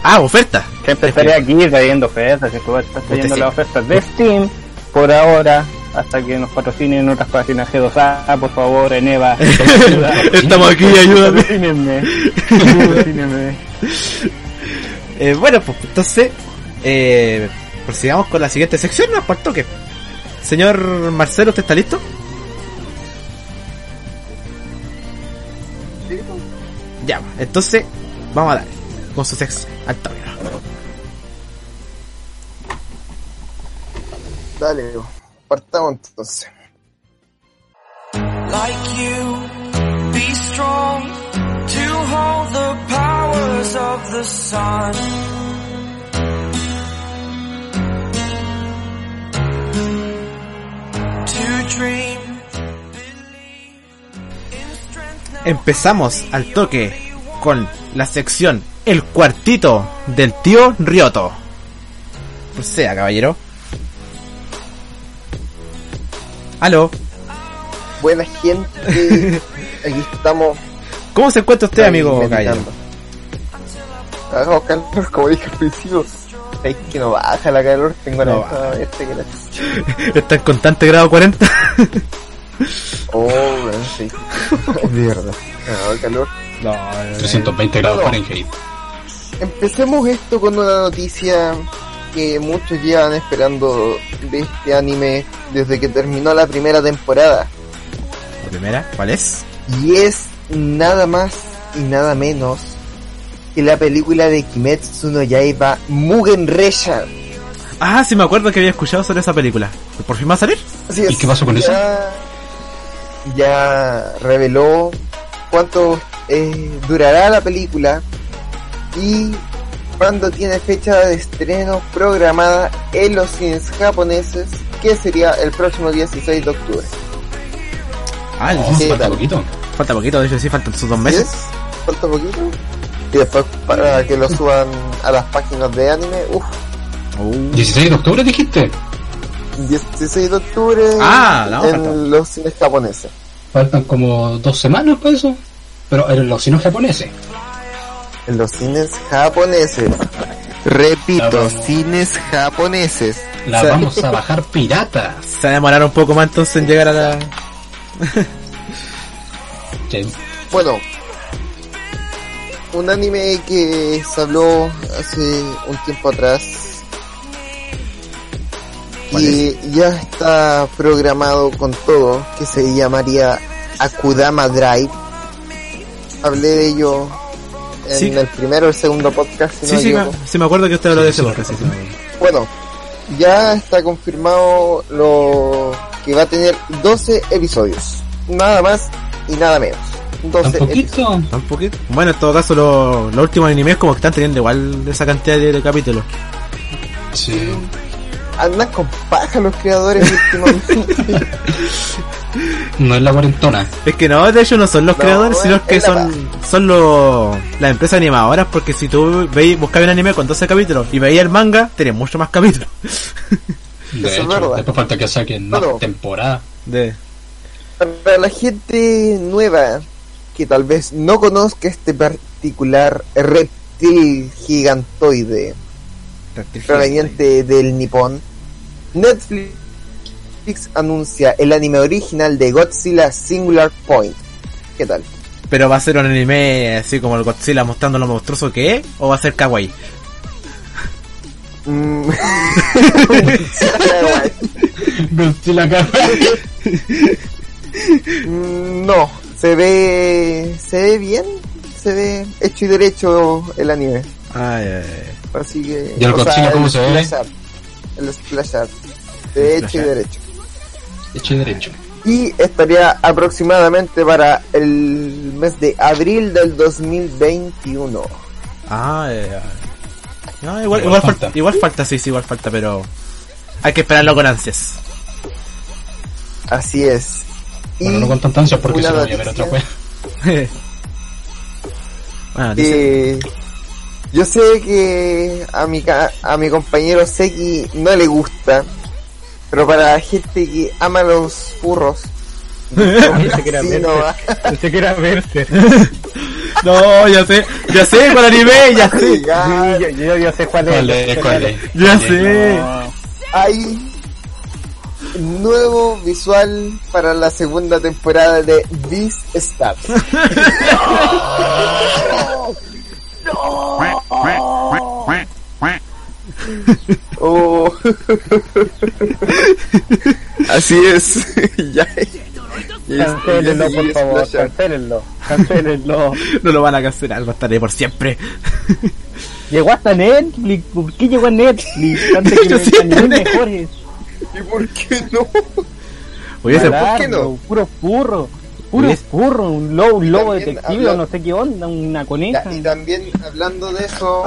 B: Ah, ofertas.
E: Siempre estaré aquí trayendo ofertas, siempre voy a estar trayendo
B: sí.
E: las ofertas de Steam por ahora, hasta que nos patrocinen otras páginas G2A, por favor, Eneva.
B: Estamos aquí, ayúdame.
E: Patrocínenme, patrocínenme.
B: Eh, bueno, pues entonces, eh, prosigamos con la siguiente sección, ¿no? Por toque. Señor Marcelo, ¿usted está listo? Ya, pues, entonces, vamos a darle con su sección al toque.
C: Dale, po. partamos entonces.
G: like you. Be strong to hold the powers rays of the sun. To dream,
B: Empezamos al toque con la sección El cuartito del tío Rioto. Pues sea, caballero. Aló,
C: Buena gente. Aquí estamos.
B: ¿cómo se encuentra usted,
C: ahí
B: amigo
C: meditando.
B: Gallo?
C: Baja Ah, calor, como dije al principio. Es que no baja la calor, tengo
B: No
C: la
B: baja.
C: ventana abierta que la chucha.
B: Está en constante grado 40.
C: Oh, weón, sí. De verdad. Ah, calor.
B: No,
D: 320 grados Fahrenheit.
C: Empecemos esto con una noticia que muchos llevan esperando de este anime desde que terminó la primera temporada.
B: La primera, ¿cuál es?
C: Y es nada más y nada menos que la película de Kimetsu no Yaiba Mugen Resha.
B: Ah, sí me acuerdo que había escuchado sobre esa película. ¿Por fin va a salir?
C: Así
D: ¿Y qué pasó con eso?
C: ya- Ya reveló cuánto eh, durará la película y cuándo tiene fecha de estreno programada en los cines japoneses, que sería el próximo 16 de octubre.
B: Ah,
D: Oh,
C: Sí,
D: falta
C: dale.
D: poquito.
B: falta poquito, de hecho sí, faltan sus dos
C: ¿Sí
B: meses.
C: es? Falta poquito. Y después para que lo suban a las páginas de anime, uff,
B: Uh.
D: 16 de octubre dijiste.
C: 16 de octubre
B: Ah, la hoja está.
C: en los cines japoneses.
D: Faltan como dos semanas para eso. Pero eran los chinos japoneses.
C: En los cines japoneses.
D: La
C: Repito,
D: vamos-
C: cines japoneses.
D: La
C: O sea,
D: vamos a bajar pirata.
B: Se va a demorar un poco más entonces en llegar a la...
D: Sí.
C: Bueno, un anime que se habló hace un tiempo atrás
B: ¿Cuál
C: y ya está programado con todo, que se llamaría Akudama Drive. Hablé de ello en
B: Sí.
C: el primero o el segundo podcast. si
B: Sí,
C: no
B: sí,
C: me
B: me,
C: equivoco.
B: sí me acuerdo que usted habló de ese podcast. sí, sí.
C: Bueno, ya está confirmado lo que va a tener 12 episodios. Nada más y nada menos. 12
D: Tan poquito.
B: Tan poquito. Bueno, en todo caso, lo- los últimos animes como que están teniendo igual esa cantidad de, de capítulos.
D: Sí.
C: Andan con paja los creadores últimamente.
D: No es la cuarentona.
B: Es que no, de hecho no son los
C: No,
B: creadores,
C: es-
B: sino que
C: es la
B: son son los las empresas animadoras, porque si tú veis, buscabas un anime con 12 capítulos y veías el manga, tenés mucho más capítulos.
D: De
C: es
D: hecho,
C: verdad.
D: después falta que saquen
C: Claro.
D: una temporada.
B: De...
C: Para la gente nueva que tal vez no conozca este particular reptil gigantoide proveniente del Nippon, Netflix anuncia el anime original de Godzilla Singular Point. ¿Qué tal?
B: Pero va a ser un anime así como el Godzilla mostrando lo monstruoso que es, o va a ser kawaii.
C: Mm.
D: Godzilla
C: Mm, No, se ve, se ve bien, se ve hecho y derecho el anime.
B: Ay, ay,
C: Así que.
D: ¿Y el
C: o
D: Godzilla cómo se ve?
C: splash art, el splash art,
B: El
C: de hecho y
B: splash art.
C: derecho.
D: Hecho y derecho.
C: Y estaría aproximadamente para el mes de abril del 2021.
B: ay, ay. No, igual,
D: Igual
B: igual
D: falta.
B: falta. Igual falta, sí, sí, igual falta, pero hay que esperarlo con ansias.
C: Así es. Y
D: Bueno, no con tanta ansia porque
C: una
D: se lo voy a ver
C: noticia.
D: otra vez.
B: bueno, dice-
C: que Eh, yo sé que a mi ca- a mi compañero Seki no le gusta, pero para la gente que ama los furros,
E: Pensé que era
C: sí,
E: verde.
C: no va.
E: Pensé que era verde.
B: No, ya sé, ya sé, con anime, ya sé,
C: Ya,
E: Sí, yo, yo, yo sé cuál es.
D: ¿Cuál es? ¿Cuál es?
B: ya sé.
C: hay nuevo visual para la segunda temporada de This Stars. Oh. Así es. ya. ya-
E: Cancélenlo,
C: ya-
E: por
C: ya-
E: favor.
C: ya-
E: Cancélenlo. Cancélenlo.
B: No lo van a cancelar, va a estar ahí por siempre.
E: Llegó hasta Netflix. ¿Por qué llegó a Netflix? Antes que
B: Yo
E: los
B: siempre
E: animes
B: Netflix.
E: mejores.
C: ¿Y por qué no?
B: Hubiese,
E: Malardo,
C: qué no?
E: Puro furro. Puro
B: Hubies-
E: furro, un lobo, un lobo
C: También
E: detective,
C: habla-
E: no sé qué onda, una
C: Ya,
E: coneja.
C: y también hablando de eso,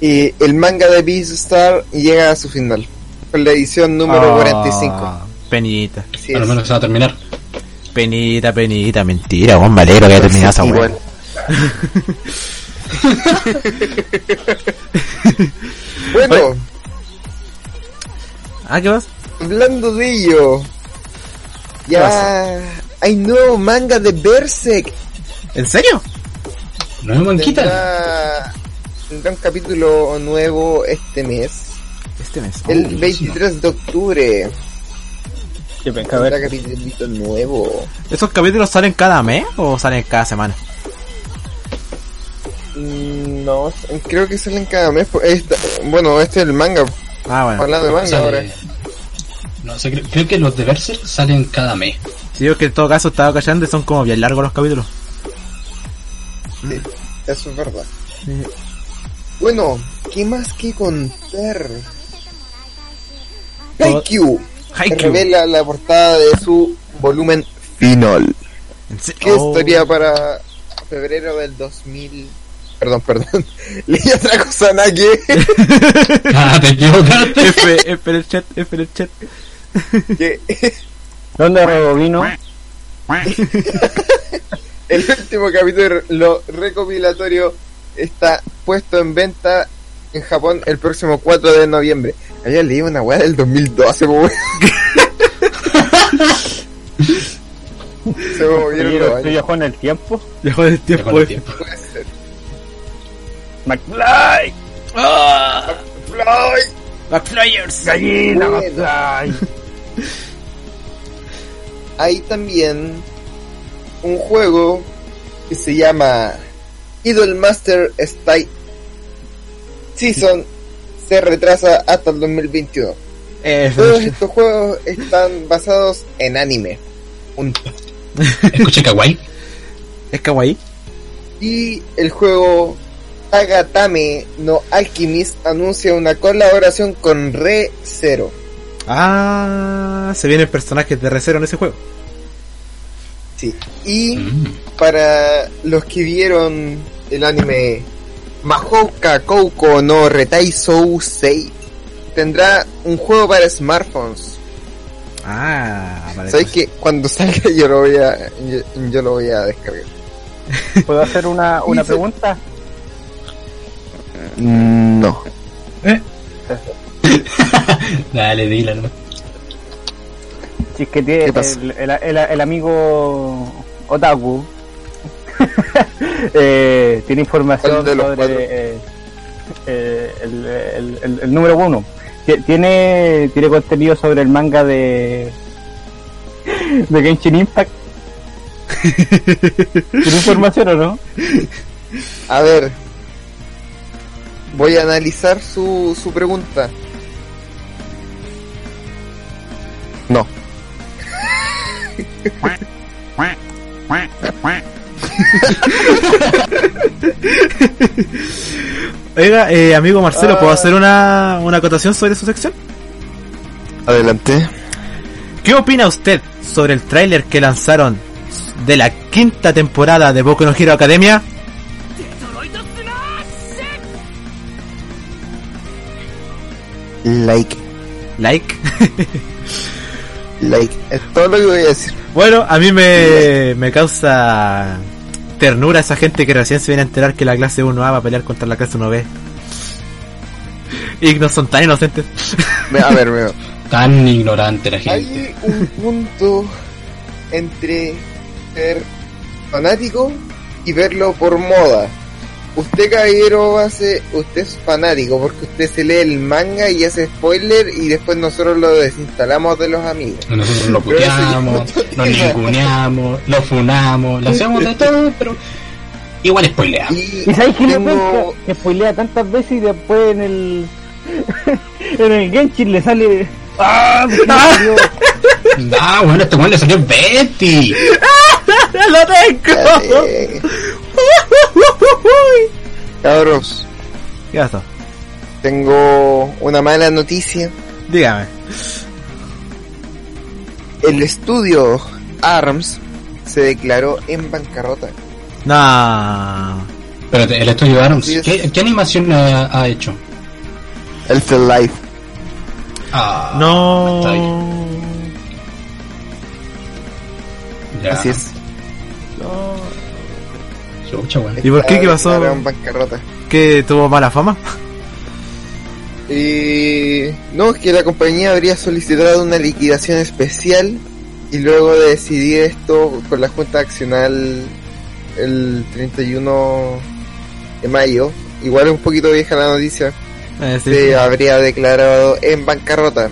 C: eh, el manga de Beastar llega a su final. Con la edición número
B: Ah,
C: 45.
B: Penita,
C: Así
D: A lo
C: es.
D: menos se va a terminar.
B: penita, penita, mentira, weón, me alegro que haya terminado esa
C: Sí,
B: weón.
C: bueno. bueno,
B: Ah, ¿qué pasa?
C: hablando de ello, ya hay nuevo manga de Berserk.
B: ¿En serio?
D: No me manquita.
C: Tendrá, tendrá un capítulo nuevo este mes,
B: Este mes.
C: el 23 de octubre.
E: Que venga, a ver.
C: Tendrá capítulo nuevo.
B: ¿Esos capítulos salen cada mes o salen cada semana?
C: Mm, No, creo que salen cada mes. po- esta- bueno, este es el manga.
B: Ah, bueno.
C: Hablando de manga
D: Sale-
C: ahora.
D: No sé, creo, creo que los de Berserk salen cada mes.
B: Si yo que en todo caso estaba callando y son como bien largos los capítulos.
C: Eso es verdad. Bueno, ¿qué más que contar? Haikyuu
B: Haikyuu.
C: revela la portada de su volumen final.
B: ¿En serio?
C: ¿Qué
B: Oh.
C: estaría para febrero del 2000? Perdón, perdón. Leí otra cosa, Naki.
D: Ah, te equivocaste.
B: F, F en el chat, F en el chat.
C: que
E: ¿Dónde rebobino?
C: el último capítulo lo recopilatorio está puesto en venta en Japón el próximo 4 de noviembre. Había leído una weá del 2012, po, weón. Se me movieron los
E: ¿Estoy
C: años.
E: viajó en el tiempo?
B: Dejó el
D: Te
B: tiempo.
D: con el tiempo.
C: Puede ser.
E: ¡McFly!
C: ¡Fly!
E: ¡Gallina
C: Bueno.
E: McFly!
C: Hay también un juego que se llama Idol Master Style Season. Se retrasa hasta el 2021.
B: Eh,
C: Todos estos juegos están basados en anime. Un-
D: Escuché kawaii.
B: es kawaii.
C: Y el juego Tagatame no Alchemist anuncia una colaboración con Re Zero.
B: Ah, se vienen personajes de recero en ese juego.
C: Sí. Y
D: Mm.
C: para los que vieron el anime Mahouka Kouko no Retai Sou Sei, tendrá un juego para smartphones.
B: Ah, vale.
C: Sabéis que cuando salga yo lo voy a, yo- yo lo voy a descargar.
E: ¿Puedo hacer una, una
C: Sí, sí.
E: pregunta?
C: Mm, No.
D: Dale, dila, ¿no?
E: Si es que tiene
C: ¿Qué pasó?
E: el, el- el- el amigo Otaku eh, tiene información
C: ¿Cuál de los cuatro?
E: sobre eh, eh, el, el- el- el número uno. Ti- Tiene, tiene contenido sobre el manga de de Genshin Impact. ¿Tiene información o no?
C: A ver, voy a analizar su, su pregunta. No.
B: Oiga, eh, amigo Marcelo, ¿puedo
C: Ah.
B: hacer una, una acotación sobre su sección?
C: Adelante.
B: ¿Qué opina usted sobre el tráiler que lanzaron de la quinta temporada de Boku no Hero Academia?
C: Like,
B: Like.
C: like. Es todo lo que voy a decir.
B: Bueno, a mí me, me causa ternura esa gente que recién se viene a enterar que la clase 1A va a pelear contra la clase 1B. Y no son tan inocentes.
C: Ve- A ver, veo.
D: Tan ignorante la gente.
C: Hay un punto entre ser fanático y verlo por moda. Usted, caballero, hace, usted es fanático porque usted se lee el manga y hace spoiler y después nosotros lo desinstalamos de los amigos.
D: Nosotros lo
C: Pero eso yo no
D: puteamos,
C: tenía
D: lo
C: idea.
D: ninguneamos, lo funamos, lo hacemos de todo, pero igual spoileamos.
C: Y
E: ¿Y sabes quién le
C: tengo...
E: pesca? Que spoilea tantas veces y después en el en el Genshin le sale ¡Ah! ¿por qué me salió?
D: Ah, bueno, este weón le salió Betty.
B: ¡Lo tengo!
C: Eh, Cabros,
B: ¿Qué pasó?
C: tengo una mala noticia.
B: Dígame.
C: El estudio ARMS se declaró en bancarrota.
B: Nah.
D: Espérate, el estudio Arms.
C: Sí, es-
D: ¿Qué, qué animación ha, ha hecho?
C: El Still Life.
D: Ah,
B: No.
D: está bien. Ya,
C: Así es.
D: chucha, weón.
B: ¿Y por qué? ¿Qué
C: La
B: pasó?
C: declararon bancarrota.
B: ¿Que tuvo mala fama?
C: Eh, no, es que la compañía habría solicitado una liquidación especial y luego de decidir esto con la Junta Accional el 31 de mayo, igual es un poquito vieja la noticia,
B: Eh, sí.
C: se habría declarado en bancarrota.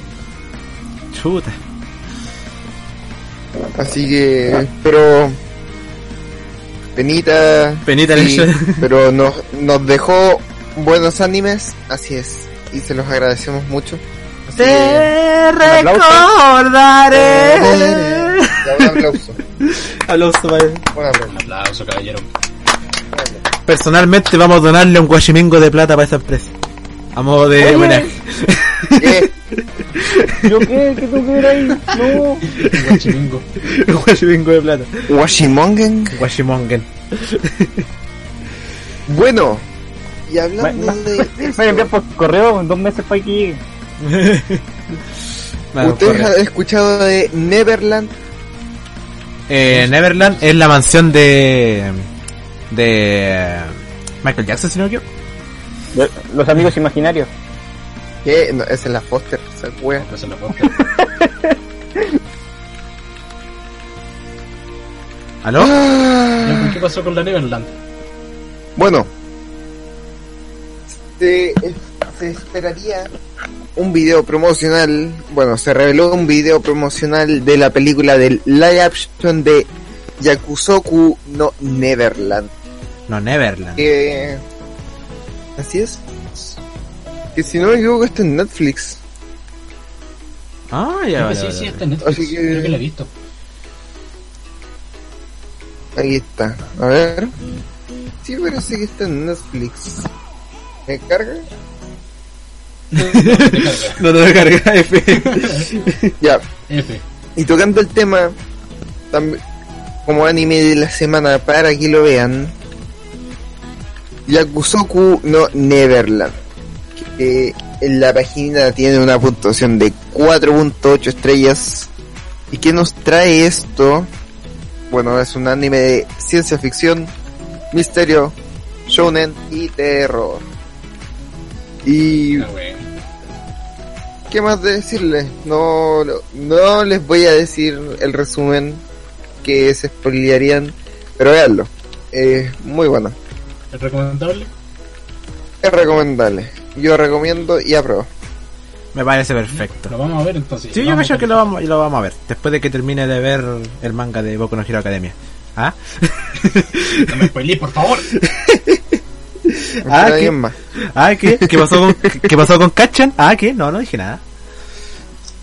B: Chuta.
C: Así que, pero... Penita...
B: Penita el
C: sí,
B: hecho.
C: pero nos, nos dejó buenos animes, así es, y se los agradecemos mucho. Así que-
B: Te
E: aplauso.
B: recordaré.
C: Un aplauso,
B: Aplauso para él.
C: un aplauso.
D: Un aplauso, caballero.
B: Personalmente vamos a donarle un guachimingo de plata para esa empresa. A modo de
E: Oye.
B: homenaje.
C: ¿Qué?
E: ¿Yo qué? ¿Qué tú quieres ahí? No.
D: Guachimingo.
B: guachimingo de plata.
C: Washimongen.
B: Guachimongen.
C: Bueno, y
E: Va-
C: hablando
E: va-
C: de.
E: Me enviar por correo en dos meses para que llegue.
B: Vamos,
C: ¿Ustedes
B: corre.
C: han escuchado de Neverland?
B: Eh, Neverland es la mansión de. de. Michael Jackson, si no me equivoco.
E: De- Los amigos imaginarios.
C: Que no, esa es la Foster, esa wea.
D: Esa es la posta.
B: ¿Aló?
D: Ya, ¿Qué pasó con la Neverland?
C: Bueno, se, se esperaría un video promocional. Bueno, se reveló un video promocional de la película del live action de Yakusoku no Neverland.
B: No, Neverland.
C: que así es que si no me equivoco está en Netflix
B: Ah, ya,
D: Creo que
B: vale,
D: sí,
B: vale,
D: sí,
B: vale.
D: está en Netflix.
C: Así que-
D: Creo que la he visto.
C: ahí está a ver sí parece que está en Netflix me carga
B: No te voy a cargar, F.
C: ya
D: F.
C: y tocando el tema tam- como anime de la semana para que lo vean Yakusoku no Neverland que eh, en la página tiene una puntuación de 4.8 estrellas ¿Y qué nos trae esto? Bueno, es un anime de ciencia ficción, misterio, shounen y terror. Y
D: Ah, weón.
C: qué más decirles, no, no- no les voy a decir el resumen que se spoilearían, pero veanlo, es muy bueno,
D: ¿Es recomendable?
C: es recomendable, yo recomiendo y apruebo.
B: Me parece perfecto.
D: Lo vamos a ver entonces.
B: Sí, yo
D: Vamos
B: creo
D: con-
B: que lo vamos, lo vamos a ver. Después de que termine de ver el manga de Boku no Hero Academia. ¿Ah?
D: No me spoilees, por favor.
B: Ah,
C: Nadie
B: ¿qué?
C: más.
B: ¿Ah, qué? ¿Qué pasó con, qué pasó con Kachan? ¿Ah, qué? No, no dije nada.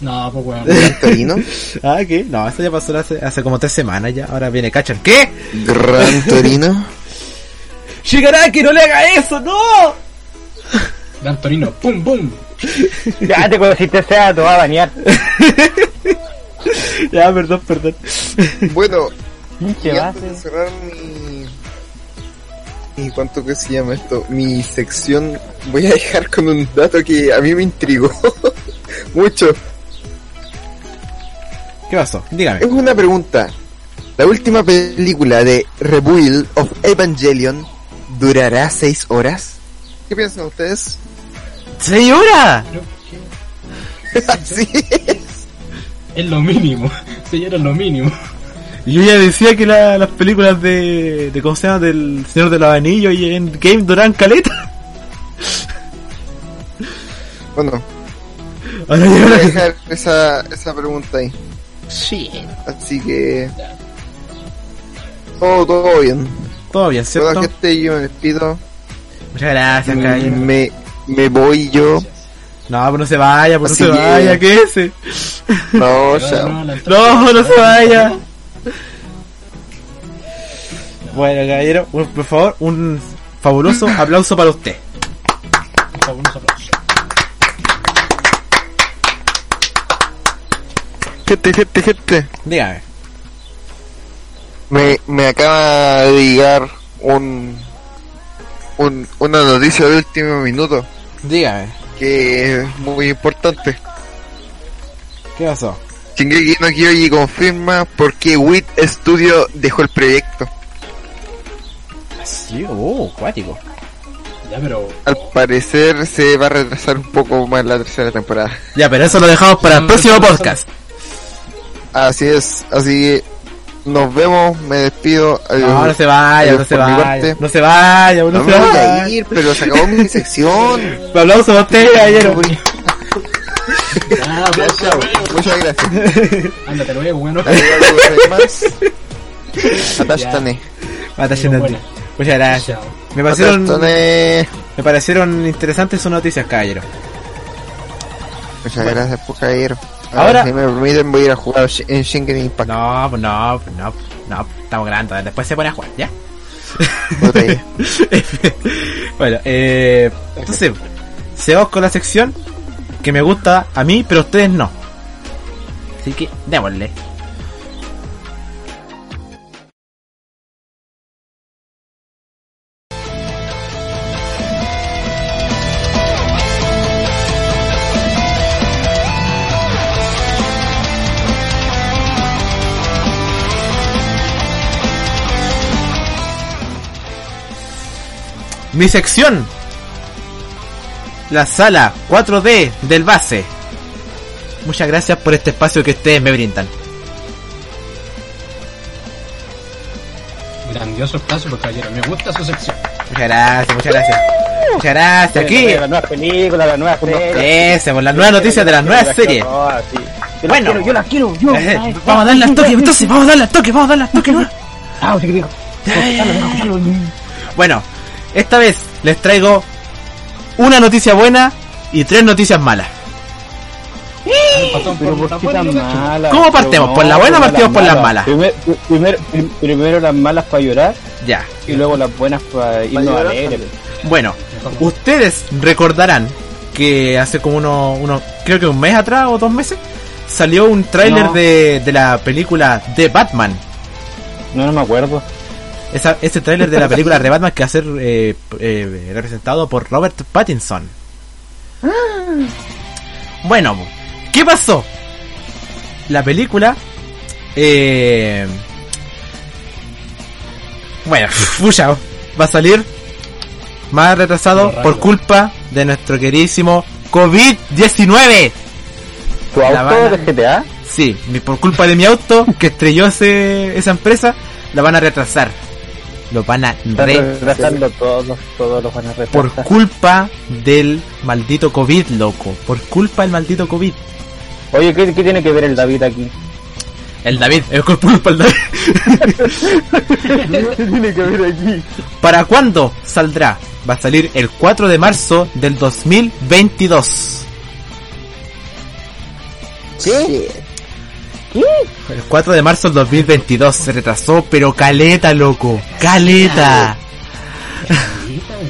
D: No, pues weón.
C: Torino,
B: ¿Ah, qué? No, eso ya pasó hace, hace como tres semanas ya. Ahora viene Kachan. ¿Qué?
C: Gran Torino.
B: ¡Shigaraki, no le haga eso! ¡No!
D: Dan Torino, pum, pum.
E: Ya te conociste ese dato, va a bañar.
B: Ya, perdón, perdón.
C: Bueno,
E: Pinche
C: Y antes de
E: base.
C: cerrar mi... mi- ¿Cuánto que se llama esto? Mi sección voy a dejar con un dato que a mí me intrigó mucho.
B: ¿Qué pasó? Dígame.
C: Es una pregunta. ¿La última película de Rebuild of Evangelion durará seis horas? ¿Qué piensan ustedes?
B: ¡Señora!
D: Creo que
C: sí.
D: es lo mínimo. Señora, es lo mínimo.
B: Yo ya decía que la- las películas de, de. ¿Cómo se llama? Del Señor de los Anillos y Endgame duran caleta.
C: Bueno,
B: Ahora
C: voy
B: llega
C: a
B: la-
C: dejar esa, esa pregunta ahí.
F: Sí.
C: Así que... Todo, todo bien.
B: Todo bien, ¿cierto?
C: Toda gente, yo me despido.
B: Muchas
C: Mm.
B: gracias, caballero.
C: Me, me voy yo.
B: No, pues no se vaya, pues no
C: Así
B: se
C: que-
B: vaya, ¿qué es ese?
C: No,
D: No,
C: chao.
D: no, la entrada-
B: No, no se vaya. Bueno, caballero, un- por favor, un fabuloso aplauso para usted.
D: Por favor, unos aplausos.
C: Gente, gente, gente.
B: Dígame.
C: Me, me acaba de llegar un, un una noticia de último minuto
B: Dígame,
C: que es muy importante.
B: ¿qué pasó?
C: Shingeki no Kyoji confirma por qué WIT Studio dejó el proyecto.
B: Sí, oh, cuático.
D: Ya, pero.
C: Al parecer se va a retrasar un poco más la tercera temporada.
B: Ya, pero eso lo dejamos para el
D: Mm,
B: próximo
D: eso lo
B: podcast.
C: Así es, así que nos vemos, me despido. Adiós.
B: No, no se vaya,
C: Adiós
B: no se
C: por mi
B: vaya.
C: parte.
B: No se vaya, no
C: No
B: se
C: me voy a
B: vaya.
C: ir, pero se acabó mi sección.
B: Un aplauso para usted, caballero.
D: Ah,
C: Ya, chao. Muchas gracias.
D: Ándate luego, bueno.
C: ¿Algo más? Atastane.
B: Batalla en el día. Muchas gracias.
D: Chao.
B: Me parecieron,
C: Atastane.
B: me parecieron interesantes sus noticias, caballero.
C: Muchas gracias por caer.
B: Ahora-
C: Ahora, si me permiten, voy a ir a jugar en Shingen Impact.
B: No, pues no, pues no, pues no, estamos grandes. Después se pone a jugar, ¿ya?
C: Puta, ya.
B: bueno, eh, entonces, seguimos con la sección que me gusta a mí, pero a ustedes no. Así que, démosle. Mi sección. La sala 4D del base. Muchas gracias por este espacio que ustedes me brindan.
D: Grandioso espacio, por caballero. Me gusta su sección.
B: Muchas gracias, muchas gracias. Muchas gracias. Aquí.
E: La nueva película, la nueva serie.
B: Ese, por las nuevas noticias eh, de las nuevas series.
E: Ah, sí. Yo
B: Bueno.
E: las quiero, yo las quiero, yo.
B: Eh, vamos a darle al toque, entonces, vamos a darle al toque, vamos a darle al toque. ¿no?
E: Ah, sí que digo.
B: Bueno, esta vez les traigo una noticia buena y tres noticias malas.
D: Patón,
E: Pero
D: por-
E: ¿por
D: tan
E: qué
D: bueno,
E: tan
D: macho.
E: mala?
B: ¿Cómo partimos? ¿Por la buena o partimos por las malas?
E: Primer- pri- primer- prim- primero las malas para llorar
B: Ya.
E: y luego las buenas para irnos
C: llorar
E: alegres.
B: Bueno, ustedes recordarán que hace como uno, uno- creo que un mes atrás o dos meses, salió un tráiler
E: No.
B: de, de la película de Batman.
E: No, no me acuerdo.
B: Esa, ese tráiler de la película de Batman que va a ser eh, eh, representado por Robert Pattinson.
D: Ah.
B: Bueno, ¿qué pasó? La película... eh, bueno, pucha, va a salir más retrasado
D: Qué
B: por
D: raro.
B: culpa de nuestro queridísimo COVID-19.
E: ¿Tu
B: La
E: auto
B: bala.
E: de GTA?
B: Sí, mi- por culpa de mi auto que estrelló ese, esa empresa, la van a retrasar. Lo van a
E: Están
B: retrasar.
E: retrasando todos, todos los van a
B: Por
E: retrasar.
B: culpa del maldito COVID, loco. Por culpa del maldito COVID.
E: Oye, ¿qué, ¿qué tiene que ver el David aquí?
B: El David, es por culpa del David.
E: ¿Qué tiene que ver aquí?
B: ¿Para cuándo saldrá? Va a salir el 4 de marzo del 2022.
C: ¿Qué?
B: El 4 de marzo del 2022 se retrasó, pero caleta, loco. Caleta.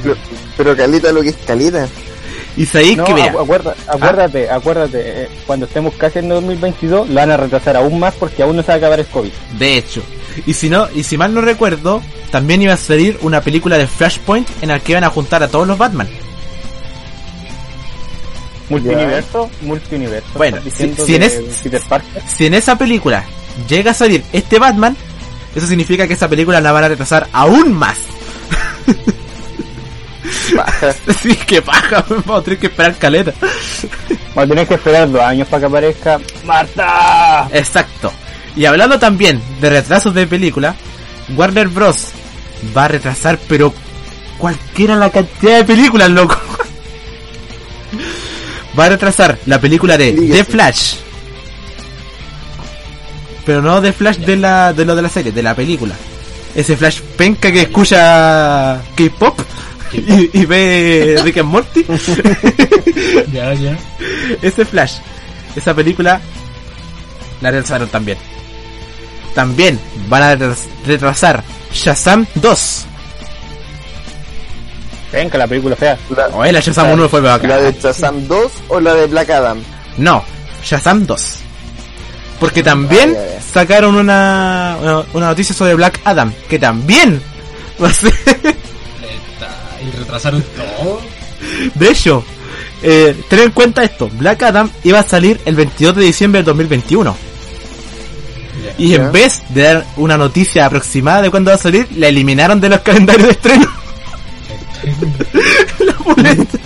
C: Lo- Pero caleta lo que es caleta.
B: Y Ah. sabéis
E: No, ah,
B: que mira.
E: acu- acuerda- acuérdate, acuérdate, eh, cuando estemos casi en 2022 lo van a retrasar aún más porque aún no se va a acabar el COVID.
B: De hecho. Y si no, y si mal no recuerdo, también iba a salir una película de Flashpoint en la que iban a juntar a todos los Batman.
E: Multiuniverso, multiuniverso.
B: Bueno,
E: estás
B: si-
E: diciendo
B: si en
E: de
B: es-
E: Peter Parker.
B: Si en esa película llega a salir este Batman, eso significa que esa película la van a retrasar aún más. Así que baja, vamos a tener que esperar caleta.
E: Vamos a tener que esperar dos años para que aparezca Marta.
B: Exacto. Y hablando también de retrasos de película, Warner Bros. va a retrasar, pero cualquiera la cantidad de películas, loco. Va a retrasar la película de
C: Lígate.
B: The Flash. Pero no The Flash de la de lo de la serie, de la película. Ese Flash penca que escucha K-pop y, y ve Rick and Morty.
D: Ya, ya.
B: Ese Flash, esa película, la retrasaron también. También van a retras- retrasar Shazam 2.
E: Venga, la película fea.
C: La,
B: O Oh, eh, la Shazam 1 fue bacán.
C: ¿La de Shazam 2 o la de Black Adam?
B: No, Shazam 2. Porque también
C: Ay, ay, ay.
B: sacaron una, una, una noticia sobre Black Adam, que también va a ser-
D: Está- Y retrasaron todo.
B: De hecho, eh, ten en cuenta esto, Black Adam iba a salir el 22 de diciembre del 2021. Y
C: Ya.
B: en vez de dar una noticia aproximada de cuándo va a salir, la eliminaron de los calendarios de estreno. la pulenta.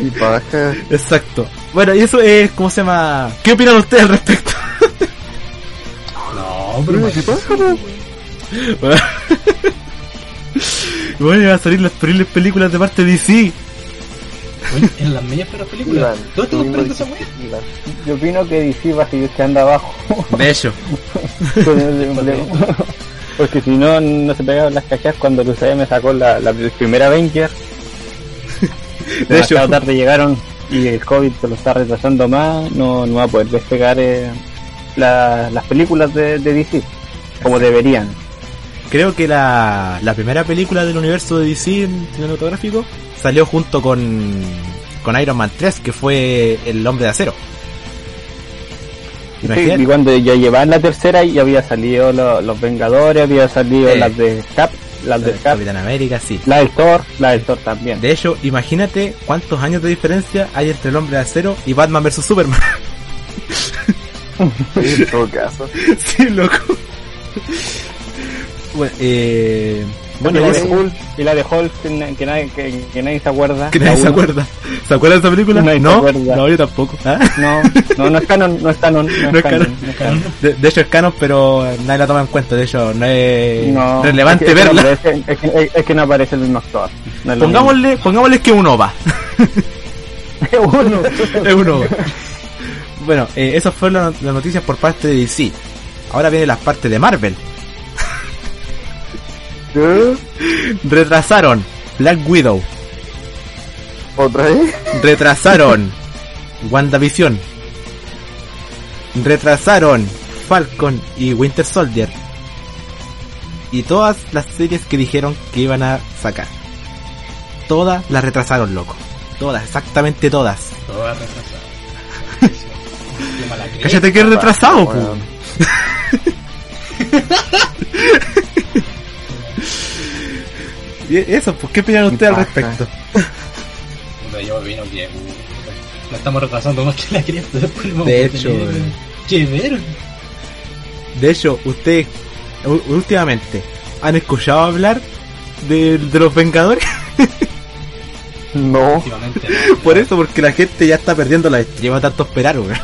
C: Y paja.
B: Exacto. Bueno, y eso es, ¿cómo se llama? ¿Qué opinan ustedes al respecto?
D: No, pero
C: ¿Qué paja,
B: Bueno. bueno, iban a salir las terribles películas de parte de DC.
D: Bueno, en las medias pero
C: Iván,
D: películas.
C: tú
D: ¿Dónde estamos
C: mismo
D: esperando esa
C: dijiste,
D: weá?
C: Iván.
E: Yo opino que DC va a seguir quedando abajo.
B: De hecho.
E: Con el emblema. Porque si no, no se pegaban las cachas cuando el UCM sacó la, la primera Avenger.
B: De hecho.
E: Demasiado tarde llegaron y el COVID se lo está retrasando más. No, no va a poder despegar eh, la- las películas de, de DC como deberían.
B: Creo que la, la primera película del universo de DC en cinematográfico salió junto con, con Iron Man 3, que fue El Hombre de Acero.
E: Sí,
B: Imagínate.
E: y cuando ya llevaban la tercera y había salido lo- los Vengadores, había salido
B: Sí.
E: las de Cap, las del Cap,
B: Capitán América, sí.
E: la del Thor, la del Thor también.
B: De hecho, imagínate cuántos años de diferencia hay entre El Hombre de Acero y Batman vs. Superman.
C: Sí, en todo caso.
B: sí, loco. Bueno, eh, bueno,
E: y,
B: y
E: la de
B: eso-
E: Hulk, y la de Hulk que, na- que nadie, que- que nadie se acuerda.
B: que
E: La
B: nadie se
E: uno.
B: acuerda. ¿Se acuerdan de esa película?
E: Nadie se
B: no,
E: acuerda.
B: no, yo tampoco. ¿Ah?
E: No, no, no es canon, no es canon, no, es canon. no es canon.
B: De, de hecho es canon, pero nadie la toma en cuenta. De hecho, no es
E: No,
B: Eh, relevante
E: es que-
B: verla.
E: Es que, no aparece- es, que, es que no aparece el mismo actor. No es lo
B: Pongámosle, pongámosle que uno va.
E: mismo. Uno.
B: es un OVA. Bueno, eh, esas fueron las las noticias por parte de DC. Ahora vienen las partes de Marvel.
C: ¿Qué?
B: Retrasaron Black Widow.
C: ¿Otra vez?
B: Retrasaron WandaVision. Retrasaron Falcon y Winter Soldier. Y todas las series que dijeron que iban a sacar. Todas las retrasaron, loco. Todas, exactamente todas.
D: Todas retrasadas. Qué mala crema.
B: Cállate que es retrasado, pues. pu.
C: Bueno,
B: Y Eso, pues, ¿qué opinan ustedes al
C: Paja.
B: respecto?
D: Puta, yo opino que puta, la estamos retrasando más que la cresta. después lo vamos
B: De
D: a
B: hecho,
D: tener.
B: eh.
D: Che, ver.
B: De hecho, ustedes u- últimamente han escuchado hablar de, de los Vengadores.
C: No.
D: Últimamente.
B: Por eso, porque la gente ya está perdiendo la lleva tanto esperar, weón.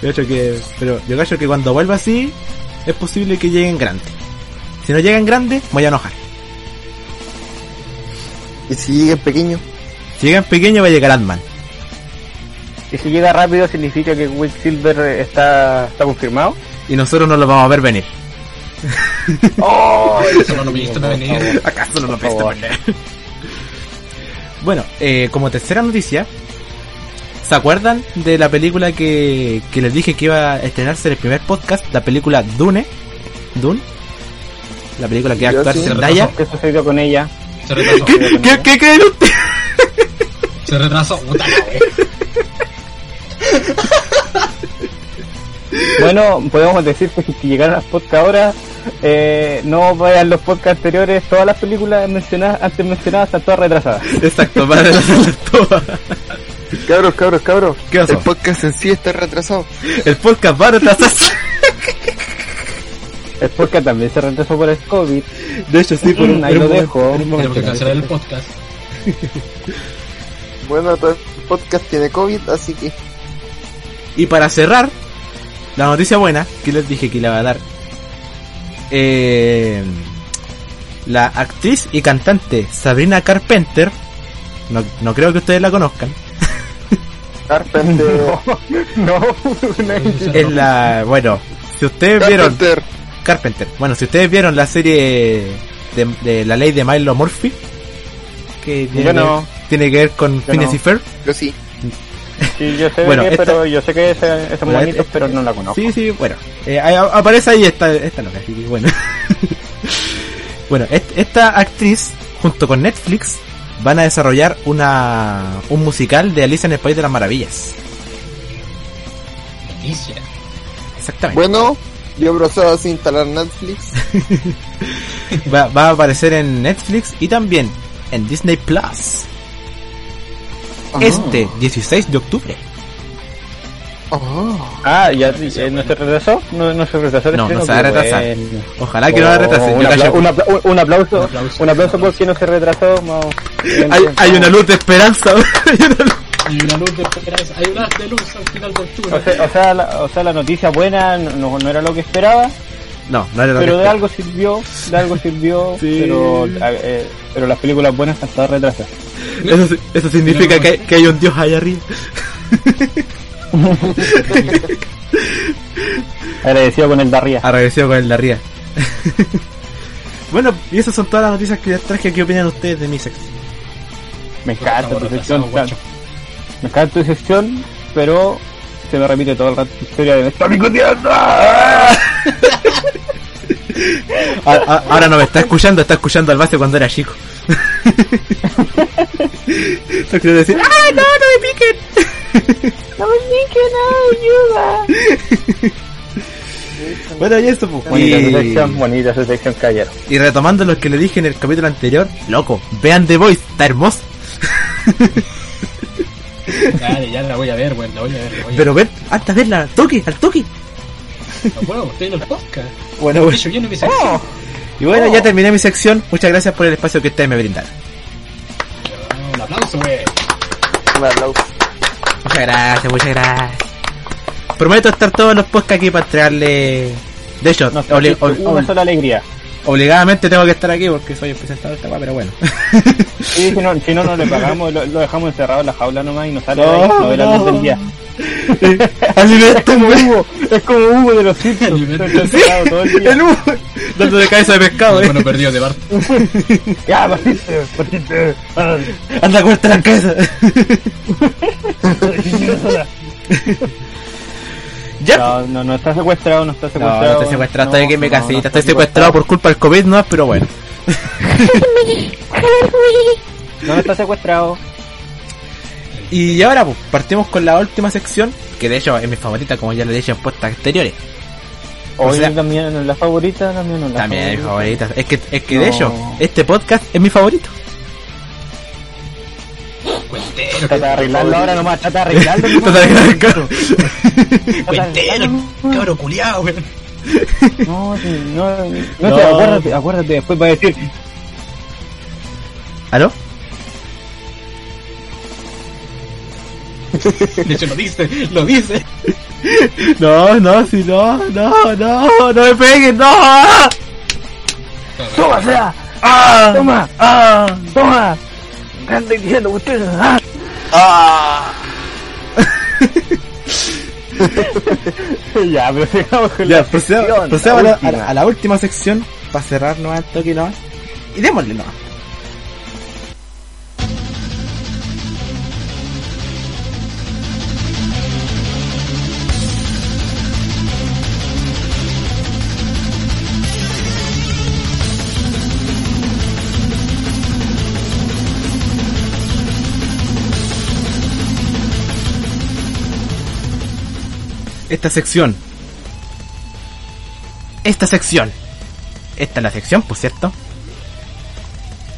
B: De hecho que, pero yo creo que cuando vuelva así, es posible que lleguen grande. Si no llegan grande, me voy a enojar.
C: Y si llega en pequeño.
B: Si llegan pequeño, va a llegar Ant-Man.
E: Y si llega rápido significa que Quicksilver está, está confirmado.
B: Y nosotros no lo vamos a ver venir.
E: ¡Oh!
D: Eso no lo viste venir.
B: ¿Acaso no lo
E: Por
B: viste
E: favor.
B: venir? Bueno, eh, como tercera noticia, ¿se acuerdan de la película que, que les dije que iba a estrenarse en el primer podcast? La película Dune. Dune. La película que va a
C: Yo
B: actuar
C: sí.
B: Zendaya.
E: ¿Qué sucedió con ella?
D: Se retrasó.
B: ¿Qué, qué, qué creen ustedes?
D: Se retrasó. Puta, la wea.
E: Bueno, podemos decir que si que llegaron las podcasts ahora, eh, no vayan los podcasts anteriores, todas las películas mencionadas, antes mencionadas están todas retrasadas.
B: Exacto, para adelantarlas todas.
C: Cabros, cabros, cabros.
B: ¿Qué pasó?
C: El podcast en sí está retrasado.
B: El podcast va a retrasarse.
E: El podcast también se retrasó por el COVID.
B: De hecho, sí, por un,
E: Ahí
B: por
E: lo
B: un
E: dejo.
B: momento, por un momento.
D: Tenemos que cancelar el podcast.
C: Bueno, todo el podcast tiene COVID, así que.
B: Y para cerrar, la noticia buena que les dije que le va a dar. Eh, la actriz y cantante Sabrina Carpenter, no, no creo que ustedes la conozcan,
C: Carpenter.
E: No,
B: es la... Bueno, si ustedes vieron...
C: Carpenter.
B: Carpenter. Bueno, si ustedes vieron la serie de, de la ley de Milo Murphy, que tiene,
E: Yo no.
B: tiene que ver con
E: Yo
B: Phineas
E: no.
B: y Ferb.
C: Yo sí.
E: Sí, yo sé
B: Bueno,
E: que,
B: esta-
E: pero yo sé que es, eh, es
B: Bueno,
E: bonito,
B: este-
E: pero no pues. la conozco.
B: Sí, sí, bueno. Eh, ahí a- aparece ahí esta, esta loca, así que bueno. bueno, est- esta actriz, junto con Netflix, van a desarrollar una, un musical de Alicia en el País de las Maravillas.
D: Noticia.
B: Exactamente.
C: Bueno, yo brosado sin instalar Netflix.
B: Va, va a aparecer en Netflix y también en Disney Plus
D: Ah.
B: este 16 de octubre.
C: Oh.
E: Ah, ya eh, no se retrasó, no, no se retrasó el
B: No, no
E: estreno,
B: se va a
E: qué
B: retrasar.
E: bueno.
B: Ojalá que no
E: Oh,
B: la retrasen.
E: Un,
B: Yo
E: apla-
B: cacho-
E: un apla- un- un aplauso,
D: Un
E: un
D: aplauso.
E: aplauso, porque no se retrasó. Mao.
B: hay, hay una luz de esperanza. Hay una luz-
D: Hay una luz de esperanza, hay una de luz al final del
E: O
D: túnel.
E: sea, o sea, la, o sea, la noticia buena no, no era lo que esperaba,
B: no, no era lo
E: pero
B: que
E: de algo sirvió, de algo sirvió,
B: Sí.
E: pero, a- eh, pero las películas buenas han estado retrasadas.
B: Eso, si- eso significa que, hay- que hay un dios allá arriba.
E: Agradecido con el Darría.
B: Agradecido con el de arriba. bueno, y esas son todas las noticias que les traje. ¿Qué opinan ustedes de mi sección?
E: Me encanta
D: Estamos
E: tu
D: retrasados,
E: sección,
D: guacho.
E: Sam. me encanta tu sección, pero se me repite todo el rato la historia de... ¡Está picoteando!
B: A- a- Ah, ahora no me está escuchando, está escuchando al base cuando era chico. Yo quiero decir, ¡ah, no, no me piquen! Bueno, y eso, pues.
E: Bonita su
B: Y,
E: sección, bonita su sección, caballero.
B: y retomando lo que le dije en el capítulo anterior, loco, vean The Voice, está hermoso.
D: Dale, ya la voy a ver, weón, la voy a ver, la voy a ver.
B: Pero ven, hasta verla, al toque, al toque.
D: No puedo, estoy en el podcast.
B: Bueno,
D: De
B: bueno.
D: hecho, yo no me sección.
B: Oh. Y bueno, ya terminé mi sección. Muchas gracias por el espacio que ustedes me brindaron.
D: Un aplauso, weón.
B: Ah,
C: Un aplauso.
B: Muchas gracias, muchas gracias. Prometo estar todos los podcasts aquí para entregarle. De hecho,
E: Nos
B: obli-
E: trajiste
B: ob-
E: una
B: ob-
E: sola alegría.
B: obligadamente tengo que estar aquí porque soy el presentador de esta weá, pero bueno.
E: Sí, si no, si no, no le pagamos, lo, lo dejamos encerrado en la jaula nomás y nos sale de ahí,
B: No,
E: no ve la luz
B: no.
E: del día.
B: ¡Alimentenme!
E: Es como Hugo de los Simpsons,
D: Alimento.
E: está encerrado todo el día.
B: ¡El humo! Dándole cabeza de pescado, eh.
D: Bueno, perdido de bar.
E: Ya, partiste, partiste. Ah,
B: Anda, corta la cabeza. ya.
E: No, no, no está secuestrado, no
B: No,
E: está
B: no,
E: secuestrado.
B: estoy secuestrado,
E: No,
B: estoy aquí en mi
E: no, no,
B: casita.
E: no
B: estoy secuestrado por culpa del COVID, no, pero bueno.
E: No, no está secuestrado.
B: Y ahora pues, partimos con la última sección, que de hecho es mi favorita, como ya le dije en postas anteriores. O
E: Hoy
B: sea-
E: también es la favorita, también es la
B: También es mi favorita. Es que, es que de
E: No.
B: hecho, este podcast es mi favorito.
D: Cuentero,
E: Trata de arreglarlo ahora nomás, trata de arreglarlo nomás. Trata de
D: cuentero,
E: arreglarlo.
D: cabro culiao, weón.
E: No, sí, no, no,
B: No.
E: te- acuérdate, acuérdate, después va a decir,
B: ¿Aló?
D: De hecho, lo dice, lo dice.
B: No, no, si no, no, no, no me peguen, no.
E: ¡Toma, sea!
B: ¡Ah!
E: ¡Toma!
B: ¡Ah!
E: ¡Toma! ¿Qué andan diciendo ustedes? ¡Ah!
B: Ah.
E: ya, pero sigamos con
B: Ya,
E: la
B: procedamos,
E: sección,
B: procedamos
E: la
B: a, la- a la-
E: última.
B: a la última sección para cerrar nomás el toque nomás. Y démosle nomás. Esta sección esta sección. Esta es la sección, por cierto.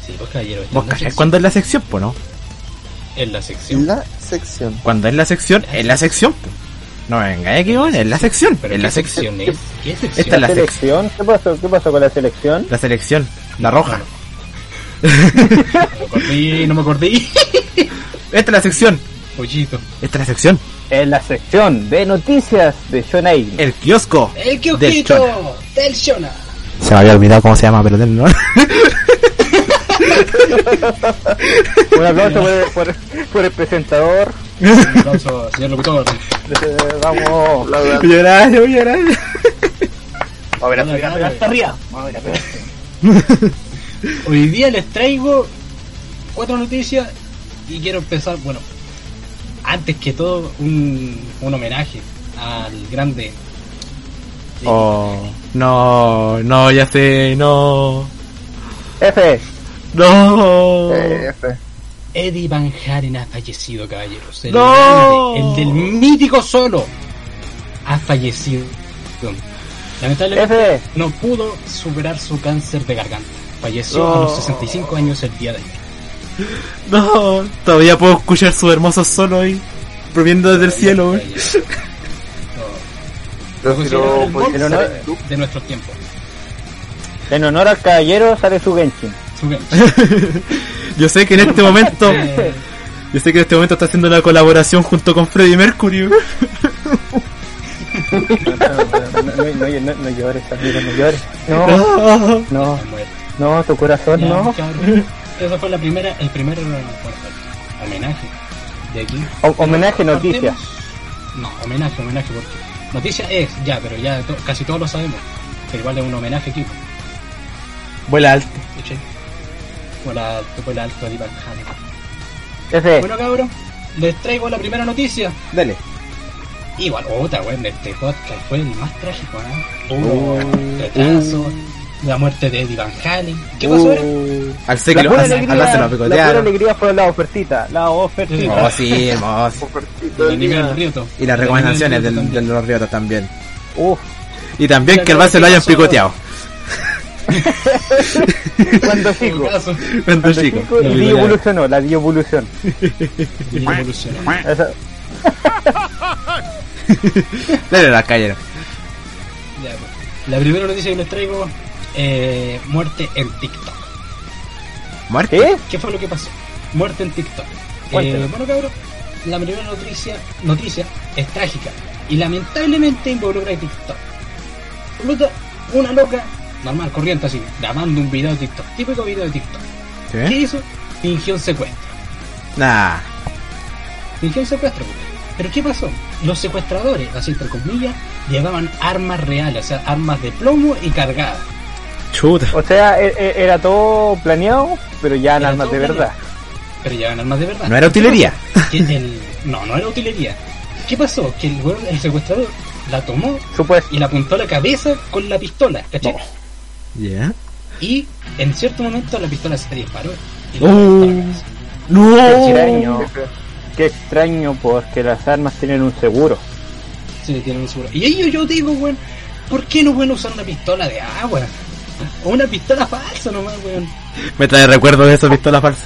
D: Sí, vos caballero. esta
B: Vos
D: es la
B: cachai
D: sección.
B: cuando es la sección, pues no.
D: En la sección.
C: La sección.
B: Cuando es la sección, es la sección. po. No me vengáis aquí, weón, es la sección.
D: ¿Pero
B: es
D: qué
B: la sección.
D: sección es? ¿Qué sección?
B: Esta es la sección.
E: selección? ¿Qué pasó? ¿Qué pasó con la selección?
B: La selección, la roja.
D: No me acordé, no me acordé.
B: Esta es la sección.
D: Pollito.
B: Esta es la sección.
E: En la sección de noticias de John Ayne.
B: El kiosco.
F: El
B: del Chona.
F: kiosquito del Shona.
B: Se me había olvidado cómo se llama, pero del no.
E: Un aplauso por, por- por el presentador.
D: Un aplauso, señor locutor.
E: Eh, Vamos.
C: Aplaudan.
B: Muchas gracias, muchas gracias.
E: A ver,
D: Hola,
E: hasta arriba. A ver, a ver.
D: Hoy día les traigo cuatro noticias y quiero empezar, bueno, antes que todo, un, un homenaje al grande.
B: Oh, no, no, ya sé, no.
E: F.
B: No.
C: Eh, F.
D: Eddie Van Haren ha fallecido, caballeros. El,
B: ¡No!
D: grande, el del mítico solo ha fallecido. Lamentablemente
E: F.
D: no pudo superar su cáncer de garganta. Falleció a los
B: No.
D: 65 años el día de ayer.
B: No, todavía puedo escuchar su hermoso solo ahí, proviendo desde el cielo, ¿eh? güey.
C: Los
D: Considerado el
C: podían
E: monstruo.
C: saber tú.
D: De nuestros tiempos.
E: En honor al caballero sale su Genshin.
D: Su-
B: Yo sé que en este momento,
D: eh,
B: yo sé que en este momento está haciendo una colaboración junto con Freddie Mercury. güey.
E: No, no, no, no, no, no llores, amigo, no llores. No,
B: No.
E: no,
D: muerto.
E: no, tu corazón
D: Ya,
E: no.
D: cabrón. Esa fue la primera, el primer eh, homenaje. De aquí.
E: O- homenaje, noticia.
D: Partimos- No, homenaje, homenaje, porque noticia es, ya, pero ya to- casi todos lo sabemos. Pero igual es un homenaje aquí,
B: Vuela alto.
D: ¿cachai? Vuela alto, vuela alto, Eddie Van Halen.
B: Eh.
E: F.
D: Bueno, cabrón, les traigo la primera noticia.
E: Dale.
D: Igual, otra, weón, este podcast fue el más trágico, ¿eh? Hubo
B: Uh,
D: retraso, la muerte de Eddie Van Halen. ¿Qué pasó ahora?
B: Uh. Al sé que
E: La
B: lo
E: pura
B: al- al
E: alegría,
B: se lo
E: la pura
B: picotearon.
E: alegría fueron las ofertitas, las ofertitas.
B: Oh, sí, hermoso.
C: Ofertito
D: El
C: del
D: nivel
C: día.
D: del Rioto.
B: Y las
D: El
B: recomendaciones
D: nivel
B: del-
D: Rioto
B: de los Riotas también.
E: Uf,
B: Y también que el se lo hayan picoteado.
E: cuando
D: también.
E: chico.
D: Caso.
B: Cuando
E: Cuando
B: chico.
E: chico,
D: Lo
E: la evolucionó, la evolución.
D: Y evolucionó.
E: Esa-
B: Dale la calle.
D: Ya, pues. La primera noticia que les traigo, eh, muerte en TikTok.
B: Muerte.
E: ¿Qué?
D: ¿Qué fue lo que pasó? Muerte en TikTok.
E: Cuéntelo.
D: Eh, bueno, cabrón, la primera noticia, noticia es trágica y lamentablemente involucra a TikTok. Por lo tanto, una loca, normal, corriente así, grabando un video de TikTok, típico video de TikTok. ¿Qué
B: ¿Sí?
D: hizo? Fingió un secuestro.
B: Nah.
D: Fingió un secuestro. pues. Pero ¿qué pasó? Los secuestradores, así entre comillas, llevaban armas reales, o sea, armas de plomo y cargadas.
B: Chuta.
E: O sea, e- e- era todo planeado, pero ya en
D: Era
E: armas
D: todo
E: de verdad.
D: Pero llevan armas de verdad.
B: No era utilería.
D: Que el- no, no era utilería. ¿Qué pasó? Que el, weón- el secuestrador la tomó
E: Supuesto.
D: y la apuntó a la cabeza con la pistola, ¿cachai?
B: Ya.
D: Y en cierto momento la pistola se disparó. Y la
B: Oh.
D: apuntó a la cabeza.
E: Qué
B: No.
E: extraño. Qué extraño, porque las armas tienen un seguro.
D: Se le tiene un seguro. Y ahí yo, yo digo, weón, ¿por qué no pueden usar una pistola de agua? O una pistola falsa nomás, weón.
B: Me trae recuerdos de esa pistola falsa.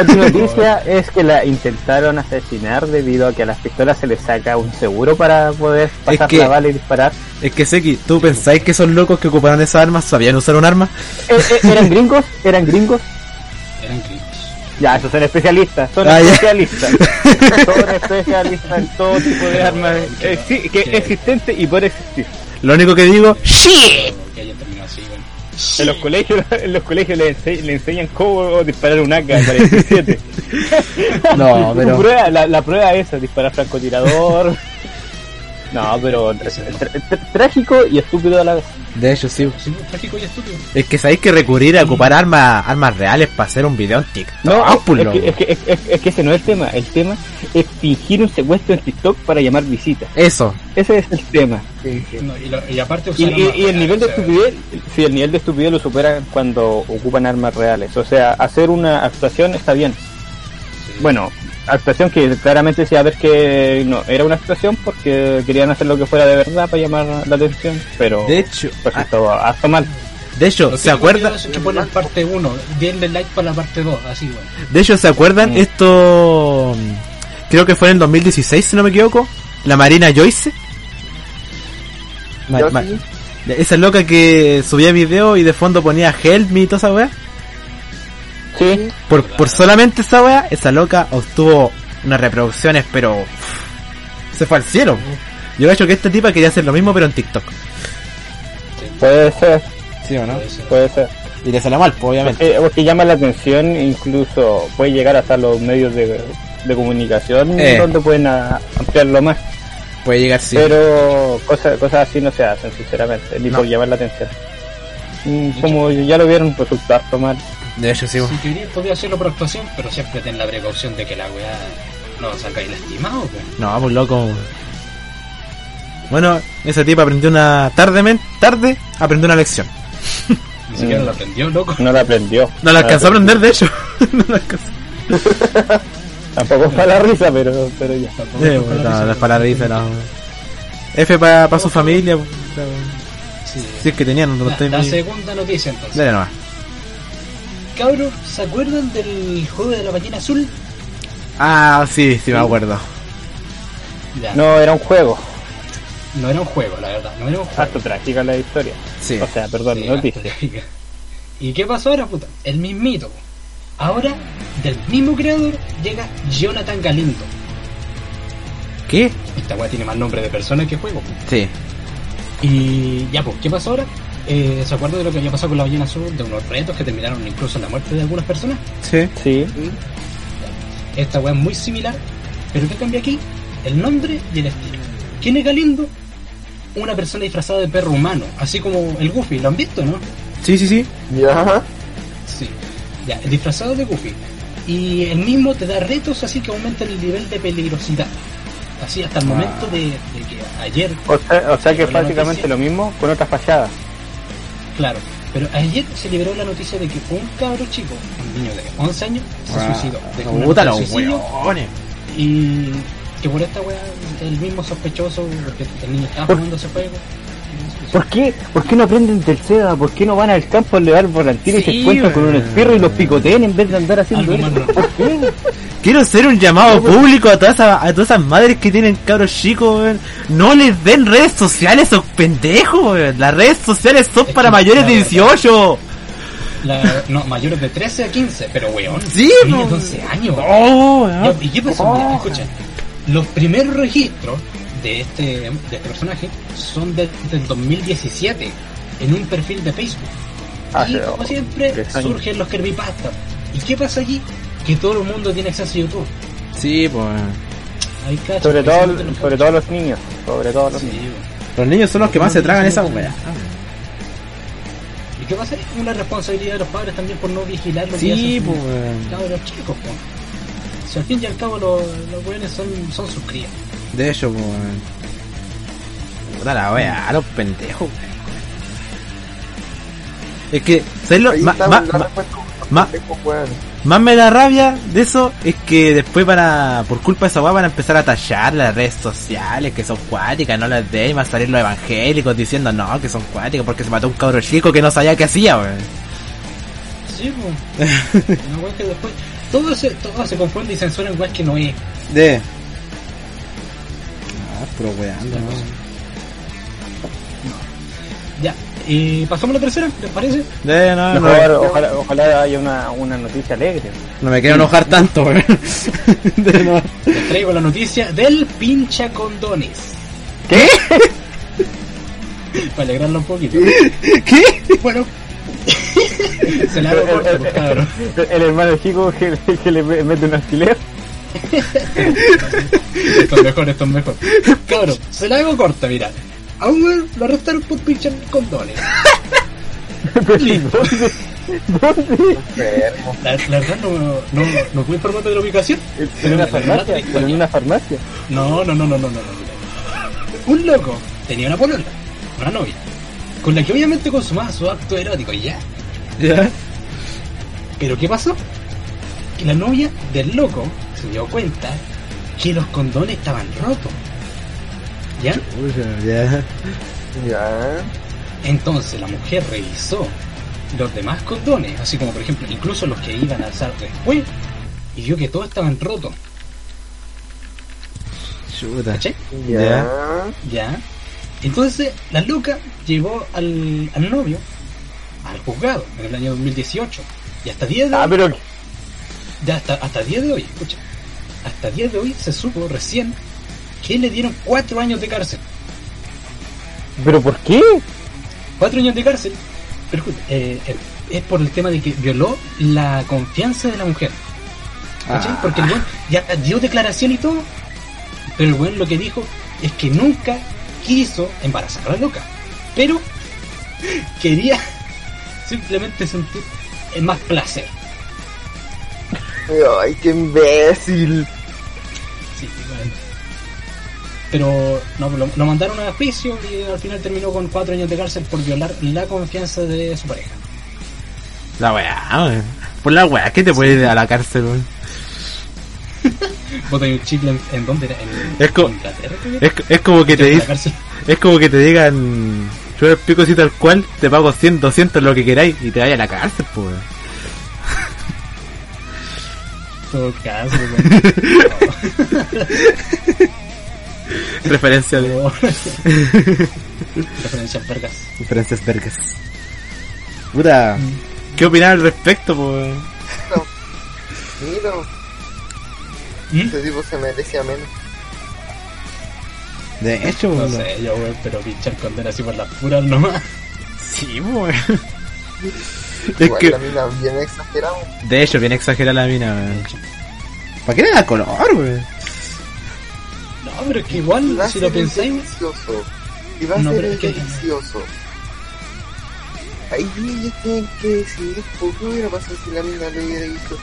E: Otra noticia es que la intentaron asesinar debido a que a las pistolas se les saca un seguro para poder pasar
B: que-
E: la bala y disparar.
B: Es que Seki, ¿tú pensáis que esos locos que ocuparon esas armas sabían usar un arma?
E: Eh, eh, ¿Eran gringos? ¿Eran gringos?
D: Eran críticos.
E: Ya, esos son especialistas. Son
B: Ah, ya.
E: especialistas. son especialistas en todo tipo de armas exi- Eh, que existente y por existir.
B: Lo único que digo,
E: Eh.
D: Que hayan terminado así, weón.
E: En los colegios, en los colegios le, ense- le enseñan cómo disparar un AK-47.
B: No, pero-
E: Prueba- la, la prueba es esa, disparar francotirador. No, pero tr- tr- trágico y estúpido a la vez.
B: de hecho sí.
D: Sí, un trágico y estúpido.
B: Es que sabéis que recurrir a ocupar armas armas reales para hacer un video en TikTok.
E: No,
B: pues,
E: es, que,
B: loco.
E: es, que, es- es- es que ese no es el tema. El tema es fingir un secuestro en TikTok para llamar visitas.
B: Eso.
E: Ese es el tema.
D: No, y, lo- y aparte
E: Y,
D: usaron
E: y-
D: armas
E: y el
D: reales,
E: nivel de
D: o sea,
E: estupidez, sí, el nivel de estupidez lo superan cuando ocupan armas reales. O sea, hacer una actuación está bien. Bueno, actuación que claramente se iba a ver que no era una actuación porque querían hacer lo que fuera de verdad para llamar la atención, pero
B: De hecho, ah.
E: resultó hasta mal.
B: de hecho,
D: Lo
B: ¿se
D: que
B: acuerdan?
D: yo digo es que ponen parte 1, denle like para la parte 2, así, weón.
B: De hecho, ¿se acuerdan?
E: Mm.
B: Esto. mm, Creo que fue en el 2016, si no me equivoco. La Marina Joyce. Ma-
C: Yo
B: ma-
C: sí.
B: esa loca que subía video y de fondo ponía Help Me y toda esa weá.
E: Sí,
B: Por, por solamente esa weá, esa loca obtuvo unas reproducciones, pero. Se fue al cielo. Yo hecho que esta tipa quería hacer lo mismo, pero en TikTok.
E: puede ser,
B: ¿Sí o no?
D: Puede ser.
E: puede ser.
B: Y le salió mal, pues, obviamente.
E: Porque, porque llama la atención, incluso puede llegar hasta los medios de, de comunicación
B: Eh.
E: donde pueden a- ampliarlo más.
B: Puede llegar sí.
E: Pero cosas, cosas así no se hacen, sinceramente, ni
B: No.
E: por llamar la atención. Mm, Como ya lo vieron, resultó harto mal.
B: De hecho, sí. pues.
D: Si queréis podía hacerlo por actuación, pero siempre ten la precaución de que la weá no sacáis lastimado, weón.
B: No, pues loco. Bueno, esa tipa aprendió una tarde, men- tarde aprendió una lección.
D: Ni siquiera lo aprendió, loco.
E: No la aprendió.
B: No la alcanzó a
E: aprendió.
B: aprender, de hecho. no la alcanzó.
E: Tampoco para la risa, pero, pero ya.
B: Sí, pues, no, no es para la risa, no. F para su familia. pues, no.
D: Sí.
B: Si es que tenían, no
D: La-
B: estoy
D: la,
B: muy-
D: segunda noticia entonces.
B: Dale nomás.
D: Cabros, ¿se acuerdan del juego de la patina azul?
B: Ah, sí, sí me acuerdo.
D: Ya, no.
E: No, era un juego.
D: era un juego, la verdad, no era un juego.
E: Harto trágica la historia.
B: Sí.
E: O sea, perdón,
D: Sí,
E: no
D: harto
E: Ah, noticia.
D: trágica. ¿Y qué pasó ahora, puta? El mismito. po. Ahora, del mismo creador, llega Jonathan Galindo.
B: ¿Qué?
D: Esta weá tiene más nombre de persona que juego. po.
B: Sí.
D: Y ya, pues, ¿qué pasó ahora? Eh, ¿Se acuerdan de lo que había pasado con la ballena azul? De unos retos que terminaron incluso en la muerte de algunas personas.
B: Sí.
E: Sí,
D: Esta weá es muy similar, pero ¿qué cambia aquí? El nombre y el estilo. ¿Quién es Galindo? Una persona disfrazada de perro humano, así como el Goofy, ¿lo han visto, no?
B: Sí, sí, sí.
C: Ya.
D: Sí. Ya, el disfrazado de Goofy. Y el mismo te da retos así que aumenta el nivel de peligrosidad. Así hasta el momento de, de que ayer,
E: o sea, o sea que es
D: La
E: básicamente
D: noticia.
E: lo mismo con otras fachadas.
D: claro, pero ayer se liberó la noticia de que un cabro chico, un niño de 11 años, se
E: Ah,
D: suicidó. Dejó una
B: Puta
D: nota
B: los
D: de suicidio
B: hueones.
D: Y que por esta weá, el mismo sospechoso, porque el niño estaba
E: ¿Por-
D: jugando ese juego.
E: ¿Por qué? ¿Por qué no aprenden del SEDA? ¿Por qué no van al campo a elevar volantinos y
B: Sí,
E: se encuentran con un
B: weón.
E: espirro y los picotean en vez de andar haciendo
D: Algo
E: eso?
D: más
E: ¿Por qué?
B: Quiero hacer un llamado público a todas, esas, a todas esas madres que tienen cabros chicos, weón. No les den redes sociales a esos pendejos, weón. Las redes sociales son
D: Es
B: para
D: que,
B: mayores de
D: la
B: 18.
D: La- no, mayores de 13 a 15, pero weón,
B: Sí,
D: niños
B: po.
D: de 11 años.
B: Oh,
D: Ya,
B: weón.
D: ¿Y qué pasó? Mira,
E: Oh.
D: escuchen. Los primeros registros de este, de este personaje son desde el 2017 en un perfil de Facebook.
E: Ah,
D: y como
E: oh.
D: siempre
E: tres años.
D: surgen los Kirbypastas. ¿Y qué pasa allí? Que todo el mundo tiene acceso a YouTube.
B: Sí, pues.
D: Ahí cacho,
E: Sobre
D: precisamente
E: todo,
D: los
E: sobre todo los niños. Sobre todo los
D: Sí,
E: niños.
B: Los niños son los que más se tragan esa weá.
D: ¿Y qué pasa? Es una responsabilidad de los padres también por no vigilar lo que
B: Sí,
D: hacen
B: pues.
D: sus cabros chicos. po. Si al fin y al cabo los, los weones son, son sus crías.
B: De hecho, pues. Puta la wea, a los pendejos, weón. Es que, ¿sabes lo?
C: Ahí
B: Ma-
C: está
B: ma-
C: la
B: ma-
C: respuesta.
B: ma-
C: Pendejo, weón.
B: Más me da rabia de eso es que después van a, por culpa de esa weá, van a empezar a tallar las redes sociales que son cuáticas, no las de, y van a salir los evangélicos diciendo no, que son cuáticas porque se mató un cabro chico que no sabía qué hacía, weón.
D: Sí, pues. Una weá que después. Todo se, todo se confunde y censura en weá que no es.
B: De. Ah, pero weando, ¿no?
D: Ya. Y pasamos a la tercera, ¿les parece?
B: De, no, no,
E: Mejor, ojalá, ojalá haya una, una noticia alegre.
B: no me quiero enojar tanto, weón. De, no.
D: Les traigo la noticia del pincha condones.
E: ¿Qué?
D: Para alegrarlo un poquito.
B: ¿Qué?
D: Bueno. se la hago corta, pues, cabrón.
E: El, el hermano chico que, que le me- mete un alfiler.
D: Esto es mejor, esto es mejor. Cabrón, se la hago corta, mira. A un weón lo arrestaron por pinchar condones. Listo.
C: Enfermo.
D: La, la verdad no, no, no pude informarte de la ubicación.
E: En una
D: me relata
E: farmacia.
D: la
E: Pero en
D: historia.
E: una farmacia.
D: No, no, no, no, no, no, no. no. Un loco tenía una polola, una novia, con la que obviamente consumaba su acto erótico y ya.
B: ¿Ya?
D: Pero ¿qué pasó? Que la novia del loco se dio cuenta que los condones estaban rotos. ¿Ya?
B: Ya.
C: Ya.
D: Entonces la mujer revisó los demás condones, así como por ejemplo incluso los que iban a usar después, y vio que todos estaban rotos.
B: Chuta.
D: ¿Cachai?
C: Ya.
D: Ya. Entonces, la loca llevó al, al novio al juzgado en el año 2018. Y hasta día de
E: Ah,
D: hoy,
E: pero
D: ya hasta, hasta día de hoy, escucha, hasta día de hoy se supo recién que le dieron cuatro años de cárcel.
E: ¿Pero por qué?
D: Cuatro años de cárcel, pero escucha, eh, eh, es por el tema de que violó la confianza de la mujer. ¿Cachai? Porque el buen ya dio declaración y todo, pero el buen lo que dijo es que nunca quiso embarazar a la loca, pero quería simplemente sentir eh, más placer.
C: Ay, qué imbécil.
D: Sí, bueno. Pero no, lo, lo mandaron a juicio y al final terminó con cuatro años de cárcel por violar la confianza de su pareja.
B: La weá, weón. Por la weá, ¿qué te puede ir a la cárcel, weón?
D: Vos tenés un chicle en, en dónde era? En,
B: Es co-
D: en Inglaterra, creo que
B: Es, es como que te
D: era. En la
B: dicen,
D: cárcel.
B: es como que te digan, yo el pico así tal cual, te pago 100, 200, lo que queráis, y te vaya a la cárcel, pues. weón.
D: Todo caso, weón.
B: Referencia de...
D: Todo. Referencias vergas.
B: Referencias vergas. Puta, ¿qué opinar al respecto, pues?
C: Mira,
D: ¿Mm?
C: este tipo se merecía menos.
B: De hecho,
D: No
B: weón.
D: sé, yo, weón, pero pinchar condena así por las puras nomás.
B: Sí, weón. Es
C: Igual
B: que,
C: la mina bien exagerado.
B: de hecho, bien exagerada la mina, weón. ¿Para qué le da color, weón?
D: No, pero es que igual,
C: Va a
D: si lo
C: ser el
D: pensáis,
C: Delicioso. Y va a
D: No,
C: ser
D: pero
C: el
D: es que-
C: delicioso. Ahí ellos tienen que decidir por qué hubiera pasado si la mina lo hubiera visto.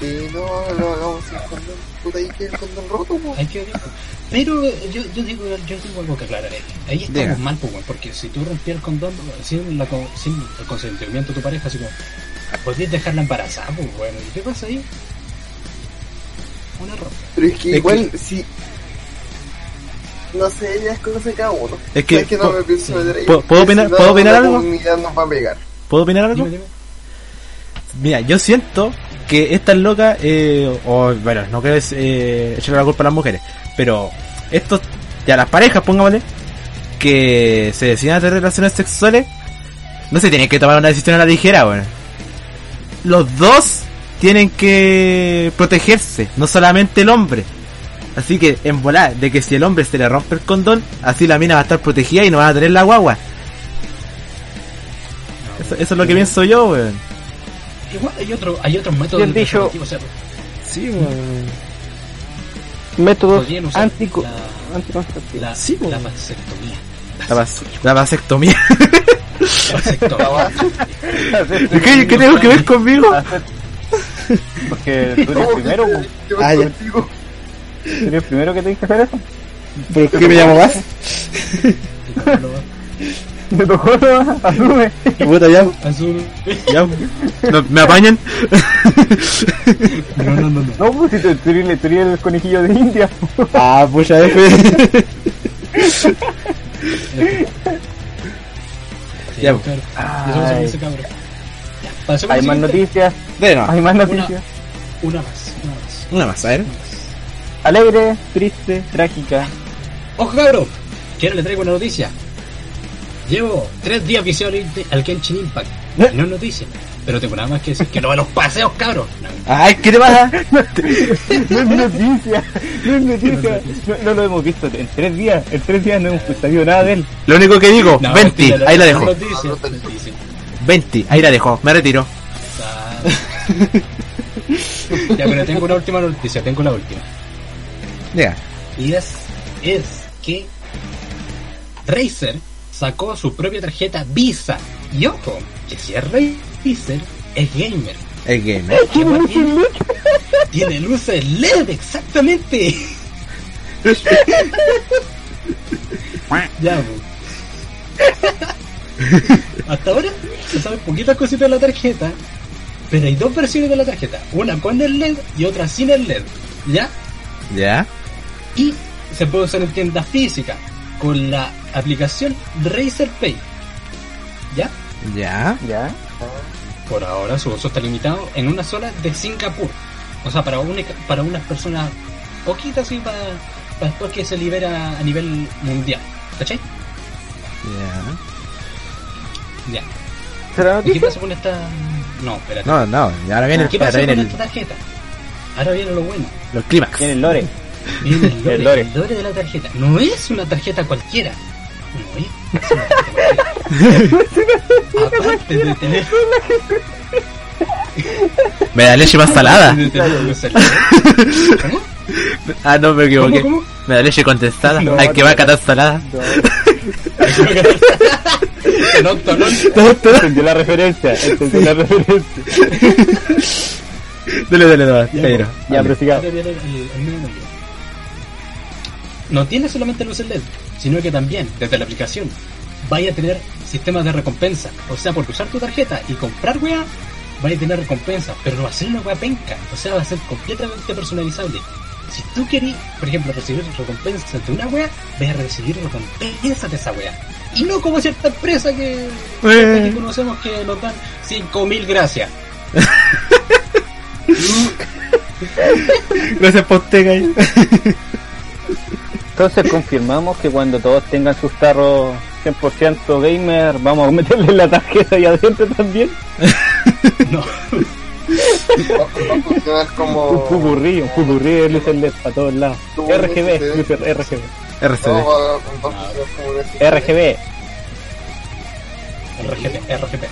C: Y no lo hagamos sin condón. Puta, ahí queda el condón roto, po.
D: hay que verlo. Pero eh, yo, yo digo, yo tengo algo que aclarar ahí. Ahí estamos
B: Diga.
D: mal, pues, weón, porque si tú rompías el condón sin, la, con- sin el consentimiento de tu pareja, así como, podrías dejarla embarazada, pues, bueno, ¿y qué pasa ahí? Un error.
C: Pero es que
B: Es
C: igual, si. No sé, ya es cosa de cada uno.
B: Es que-
C: no me pienso meter ahí.
B: ¿Puedo- puedo
C: Porque
B: opinar-
C: si no,
B: puedo opinar
C: la
B: algo?
C: comunidad nos va a pegar.
B: ¿Puedo opinar algo?
D: Dime, dime.
B: Mira, yo siento que estas locas, eh, o bueno, no quiero eh, echarle la culpa a las mujeres, pero estos, ya las parejas, póngamele, que se deciden a tener relaciones sexuales, no se tienen que tomar una decisión a la ligera, bueno. Los dos tienen que protegerse, no solamente el hombre. Así que, en volar, de que si el hombre se le rompe el condón, así la mina va a estar protegida y no va a tener la guagua. Eso, eso es lo que pienso yo, weón.
D: Eh, Igual hay otro, hay otros métodos
E: Bien dicho.
D: anticonceptivos, o sea,
B: Sí, weón.
E: Métodos
D: podrían usar
E: antico
D: la-
E: anticonceptivos.
D: la,
B: Sí,
D: la
B: weón.
D: vasectomía.
B: La, vas- la vasectomía.
D: La vasectomía.
B: ¿Qué, qué tengo que ver conmigo?
E: Porque tú eres el primero, po.
C: Yo
B: Ah, ya.
C: contigo.
E: Tú eres el primero que tienes que hacer eso.
B: ¿Por qué me llamo Vas?
E: Te tocó, ¿no? asume.
B: Puta, ya,
D: Azul.
B: ya. No, ¿Me apañan?
D: No, no, no, no.
E: No, pues si te tú eres- tú eres el conejillo de India.
B: Ah, pues ya F. Ya, pues.
D: claro. Y eso
E: Ay.
D: me dice, cabrón. Ya, pasemos
E: Hay
D: al
E: más
D: siguiente.
E: noticias,
B: Bueno,
E: hay más
D: Una,
E: noticias.
D: una más, una más.
B: una más, a ver.
E: Alegre, triste, trágica.
D: ¡Ojo, cabrón! Que ahora le traigo una noticia. Llevo tres días viciado al Inte- al Kenshin Impact.
B: ¿Eh?
D: No es noticia. Pero tengo nada más que decir que no a los paseos, cabrón. No,
B: Ay, ¿qué te pasa?
E: No es noticia, no es noticia.
D: es
E: No, no lo hemos visto en tres días. En tres días no hemos sabido nada de él.
B: Lo único que digo,
D: no,
B: 20,
D: mentira,
B: ahí la
D: no
B: dejo.
D: es Noticia, no es noticia.
B: 20, ahí la dejo, me retiro.
D: Ah. ya, pero tengo una última noticia, tengo la última.
B: Diga.
D: Y es, es que Razer sacó su propia tarjeta Visa. Y ojo, que si es Razer, es gamer.
B: El game.
D: Que va- tiene, tiene luces LED, exactamente. ya, bu. Hasta ahora se saben poquitas cositas de la tarjeta, pero hay dos versiones de la tarjeta, una con el LED y otra sin el LED, ¿ya?
B: ¿Ya?
D: Y se puede usar en tiendas físicas con la aplicación Razer Pay, ¿ya?
B: ¿Ya?
E: Ya.
D: Por ahora su uso está limitado en una zona de Singapur. O sea, para, una, para unas personas poquitas y para, para después que se libera a nivel mundial. ¿Cachai?
B: ¿Ya?
D: Ya.
E: ¿Será
D: ¿Y qué
E: noticia?
D: pasa con esta...? No, espérate.
B: No, no, y ahora viene el,
D: ¿Qué
B: ahora
D: pasa con
B: viene el,
D: esta tarjeta? Ahora viene lo bueno.
B: los clímax.
E: Tiene el lore.
D: Viene el lore,
E: El lore.
D: el lore de la tarjeta. No es una tarjeta cualquiera. No es una tarjeta cualquiera. Aparte de tener...
B: Me da leche más salada.
D: de tener un celular. ¿Cómo?
B: Ah, no me equivoqué.
D: ¿Cómo, cómo?
B: Me da leche contestada.
E: No,
B: Ay, que
E: no,
B: va a catar salada.
D: No, no, no.
E: Entendió la referencia, entendió la referencia.
B: Dale, dale, dale,
D: Ya,
B: Pedro.
E: Ya, pero
B: dale.
E: sigamos.
D: Era bien el- el- el mismo nombre. No tiene solamente luces LED, sino que también, desde la aplicación, vaya a tener sistemas de recompensa. O sea, por usar tu tarjeta y comprar weá, vaya a tener recompensa, pero no va a ser una weá penca, o sea, va a ser completamente personalizable. Si tú querís, por ejemplo, recibir recompensas de una weá, vas a recibir recompensas de esa weá. Y no como cierta empresa que, que conocemos que nos dan 5.000 gracias.
B: Gracias por usted, gallo.
E: Entonces confirmamos que cuando todos tengan sus tarros 100% gamer, vamos a meterle la tarjeta ahí adentro también.
D: No.
C: Va a funcionar
E: Un
C: como.
E: pupurrí, un pupurrí de luces LED para todos lados.
C: Tú,
E: RGB,
C: luces
E: luces RGB.
C: no,
B: RCD.
C: va a- va a funcionar como una especie de-
E: RGB.
D: RGP, RGP.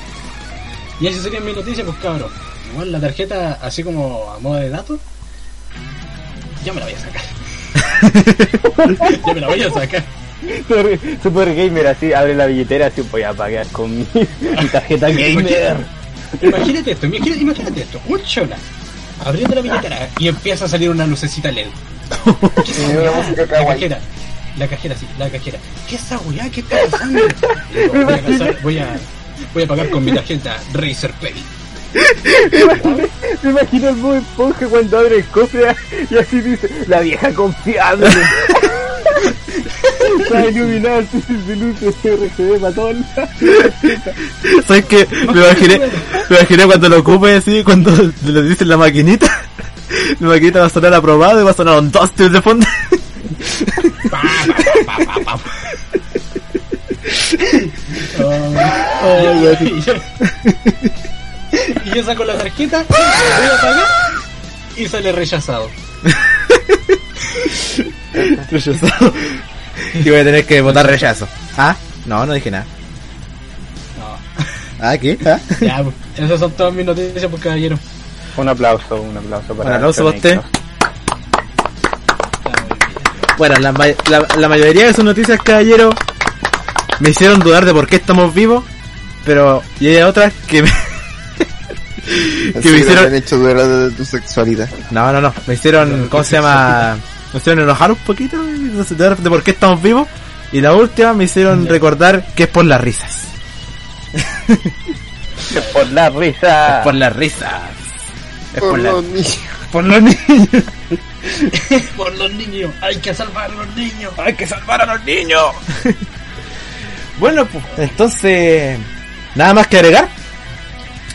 D: Y esa sería mi noticia, pues cabrón. Igual la tarjeta, así como a modo de datos, yo me la voy a sacar. yo me la voy a sacar.
E: Super, super gamer así, abre la billetera así voy a pagar con mi, mi tarjeta gamer.
D: Imagínate esto, imagínate, imagínate esto. Un chola abriendo la billetera y empieza a salir una lucecita E LED.
C: Y una música
D: La
C: kawaii.
D: cajera. La cajera, sí, la cajera. ¿Qué esa weá? ¿Qué está pasando? Digo, Voy a, pasar- voy, a, voy a pagar con mi tarjeta Razer Pay.
E: Me imagino el Bob Esponja cuando abre el cofre y así dice, la vieja confiable. Está iluminada así de luces RGB para todos lados.
B: ¿Sabes qué? Me imaginé, me imaginé cuando lo ocupe así, cuando le dicen la maquinita. La maquinita va a sonar aprobado y va a sonar un dos de fondo.
D: Pa, pa, pa, pa, pa, pa. y, yo, y yo saco la tarjeta, voy a pagar y sale rechazado.
B: Rechazado. Y voy a tener que votar rechazo. Ah, no, no dije nada.
D: No.
B: Ah, ¿qué? Ah.
D: Ya, pues, esas son todas mis noticias, pues caballero.
E: Un aplauso, un aplauso para
B: Un aplauso para
E: Sonic.
B: usted. Bueno, la, ma- la- la mayoría de sus noticias, caballero, me hicieron dudar de por qué estamos vivos, pero y hay otras que me...
C: Así
B: me
C: lo
B: hicieron-
C: han hecho durar de tu sexualidad.
B: No, no, no, me hicieron, ¿cómo se llama? Me hicieron enojar un poquito y no sé, dudar de por qué estamos vivos. Y la última me hicieron
D: Ya.
B: recordar que es por las risas.
E: Por la
B: Es
E: risa.
B: por las risas. Es por,
C: Por
B: la-
C: los niños.
B: por los niños.
D: Por los niños, hay que salvar a los niños.
B: Hay que salvar a los niños. bueno, pues entonces, nada más que agregar.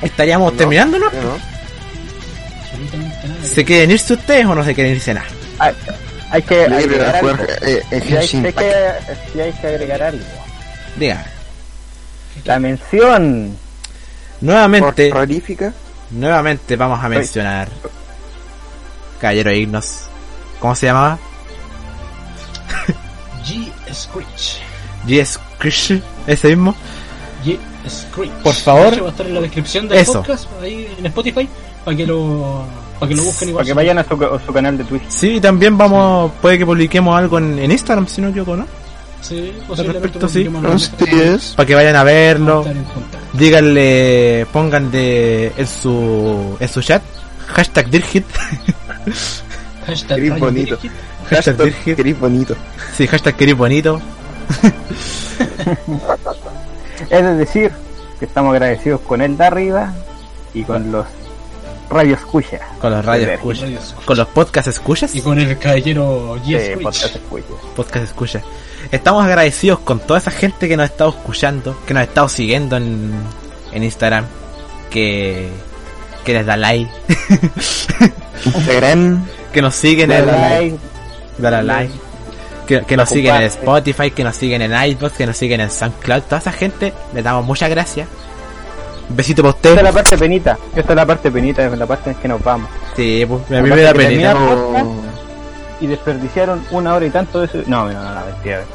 B: Estaríamos
C: No,
B: terminando, ¿no? Eh,
C: ya ¿no?
D: Absolutamente nada.
B: ¿Se quieren irse ustedes o no se quieren irse nada?
E: Hay, hay que hay que
C: Libre de
E: agregar algo.
C: jugar eh, eh,
E: Si hay, si
C: Genshin
B: este
E: hay
C: Impact.
E: que, si hay que agregar algo.
B: Diga.
E: La mención.
B: Nuevamente,
C: Horrorífica.
B: Mm. nuevamente vamos a mencionar. Caballero Ignos. ¿Cómo se llamaba?
D: G. Screech.
B: Yes, Krish. Ese mismo.
D: G. Screech.
B: Por favor.
D: De hecho, va a estar en la descripción del
B: Eso.
D: podcast, ahí en Spotify, para que lo, para que lo busquen igual.
E: Para que vayan a su, a su canal de Twitch.
B: Sí, también vamos. Puede que publiquemos algo en, en Instagram, si no me equivoco, ¿no?
D: Sí,
B: respecto,
D: posiblemente porque
B: sí.
D: yo me lo-
C: Así es.
B: Para que vayan a verlo.
D: estar en junta.
B: Díganle, pongan de, en, su, en su chat. Hashtag Dirhit.
D: Hashtag
C: Gris
D: Radio
C: bonito.
D: Dirigit.
B: Hashtag
C: Hashtag
B: Dirhit.
C: Gris bonito.
B: Sí, hashtag querido bonito.
E: Es decir, que estamos agradecidos con el de arriba y con los radio escucha.
B: Con los radios
E: Dirhit.
B: escuchas.
D: Radio Escucha.
B: Con los podcasts escuchas.
D: Y con el caballero G.
E: de
D: Screech.
E: podcast escucha.
B: podcast escucha. Estamos agradecidos con toda esa gente que nos ha estado escuchando, que nos ha estado siguiendo en, en Instagram, que, que les da like,
C: Instagram.
B: que nos siguen en
E: Dale like,
B: dale like, que, que nos
E: Comparte.
B: siguen en Spotify, que nos siguen en iTunes, que nos siguen en SoundCloud, toda esa gente, les damos muchas gracias. Un besito para
E: Esta es la
B: ustedes.
E: parte penita. Esta es la parte penita, es la parte en que nos vamos.
B: Sí, pues, a
E: la
B: mí
E: parte
B: me da
E: que
B: penita.
E: termina-
C: No.
E: Y desperdiciaron una hora y tanto de su... No, no, no, no, mentira.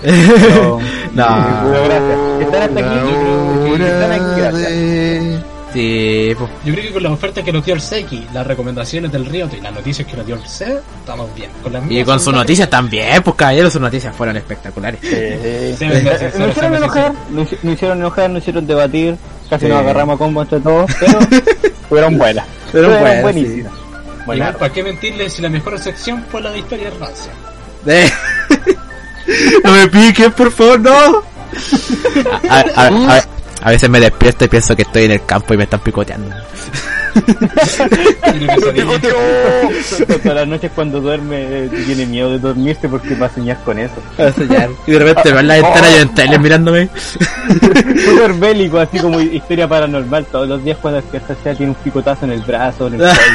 B: No.
E: Pero- Pero gracias. Están hasta aquí. yo creo que Están aquí, gracias.
C: de-
B: Sí, pues,
D: Yo creo que con las ofertas que nos dio el Seki, las recomendaciones del Río y las noticias que nos dio el C, estamos bien. Con las
B: Y
D: mías
B: con
D: son
B: sus
D: las-
B: noticias también, pues caballeros, sus noticias fueron espectaculares.
E: Sí, sí.
D: Sean gracias,
E: Nos hicieron
D: sean gracias,
E: enojar, nos hici- nos hicieron enojar, nos hicieron debatir, casi
B: Sí.
E: nos agarramos a combo entre todos, pero fueron buenas.
B: Fueron buenas,
E: buenísimas.
D: Igual,
E: Buenas.
D: ¿para qué mentirles si la mejor sección fue la de historia de Francia?
B: Eh. No me piques, por favor, no. A, a- a- a- a veces me despierto y pienso que estoy en el campo y me están picoteando.
H: Tiene pesadillas.
E: Todas las noches cuando duerme eh, tiene miedo de dormirse porque va a soñar con eso.
B: A soñar. Y de repente me en la ventana yo en tele mirándome.
E: Súper bélico, así como historia paranormal. Todos los días cuando despierta sea tiene un picotazo en el brazo, en el cuello.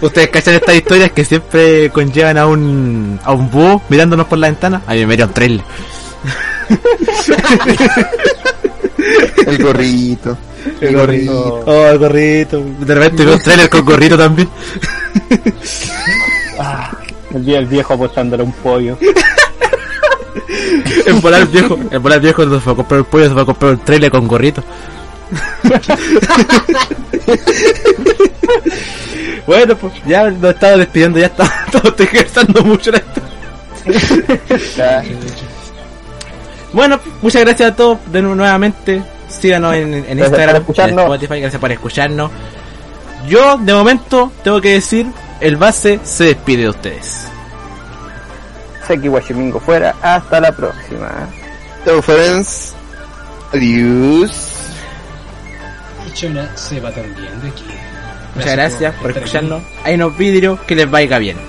B: Ustedes cachan estas historias que siempre conllevan a un, a un búho mirándonos por la ventana. A mí me mira un trailer.
C: El gorrito. El gorrito.
B: Oh, el gorrito. De repente veo un trailer con gorrito también.
E: El día del viejo apostándole a un pollo.
B: En volar el viejo, en volar el viejo no se fue a comprar el pollo, se fue a comprar un trailer con gorrito. bueno, pues ya nos estamos despidiendo, ya estamos, estamos tergiversando mucho la historia.
C: Ya.
B: Bueno, muchas gracias a todos de nuevo nuevamente. Síganos en, en
E: por
B: Instagram, en
E: escucharnos.
B: Spotify, gracias por escucharnos. Yo, de momento, tengo que decir, el base se despide de ustedes.
E: Seki Guachimingo fuera. Hasta la próxima.
C: Chao, friends. Adiós.
H: Y Chona se va también de aquí.
B: Muchas
H: Gracias
B: gracias por
H: estar aquí.
B: escucharnos. Ahí nos vidrio, que les vaya bien.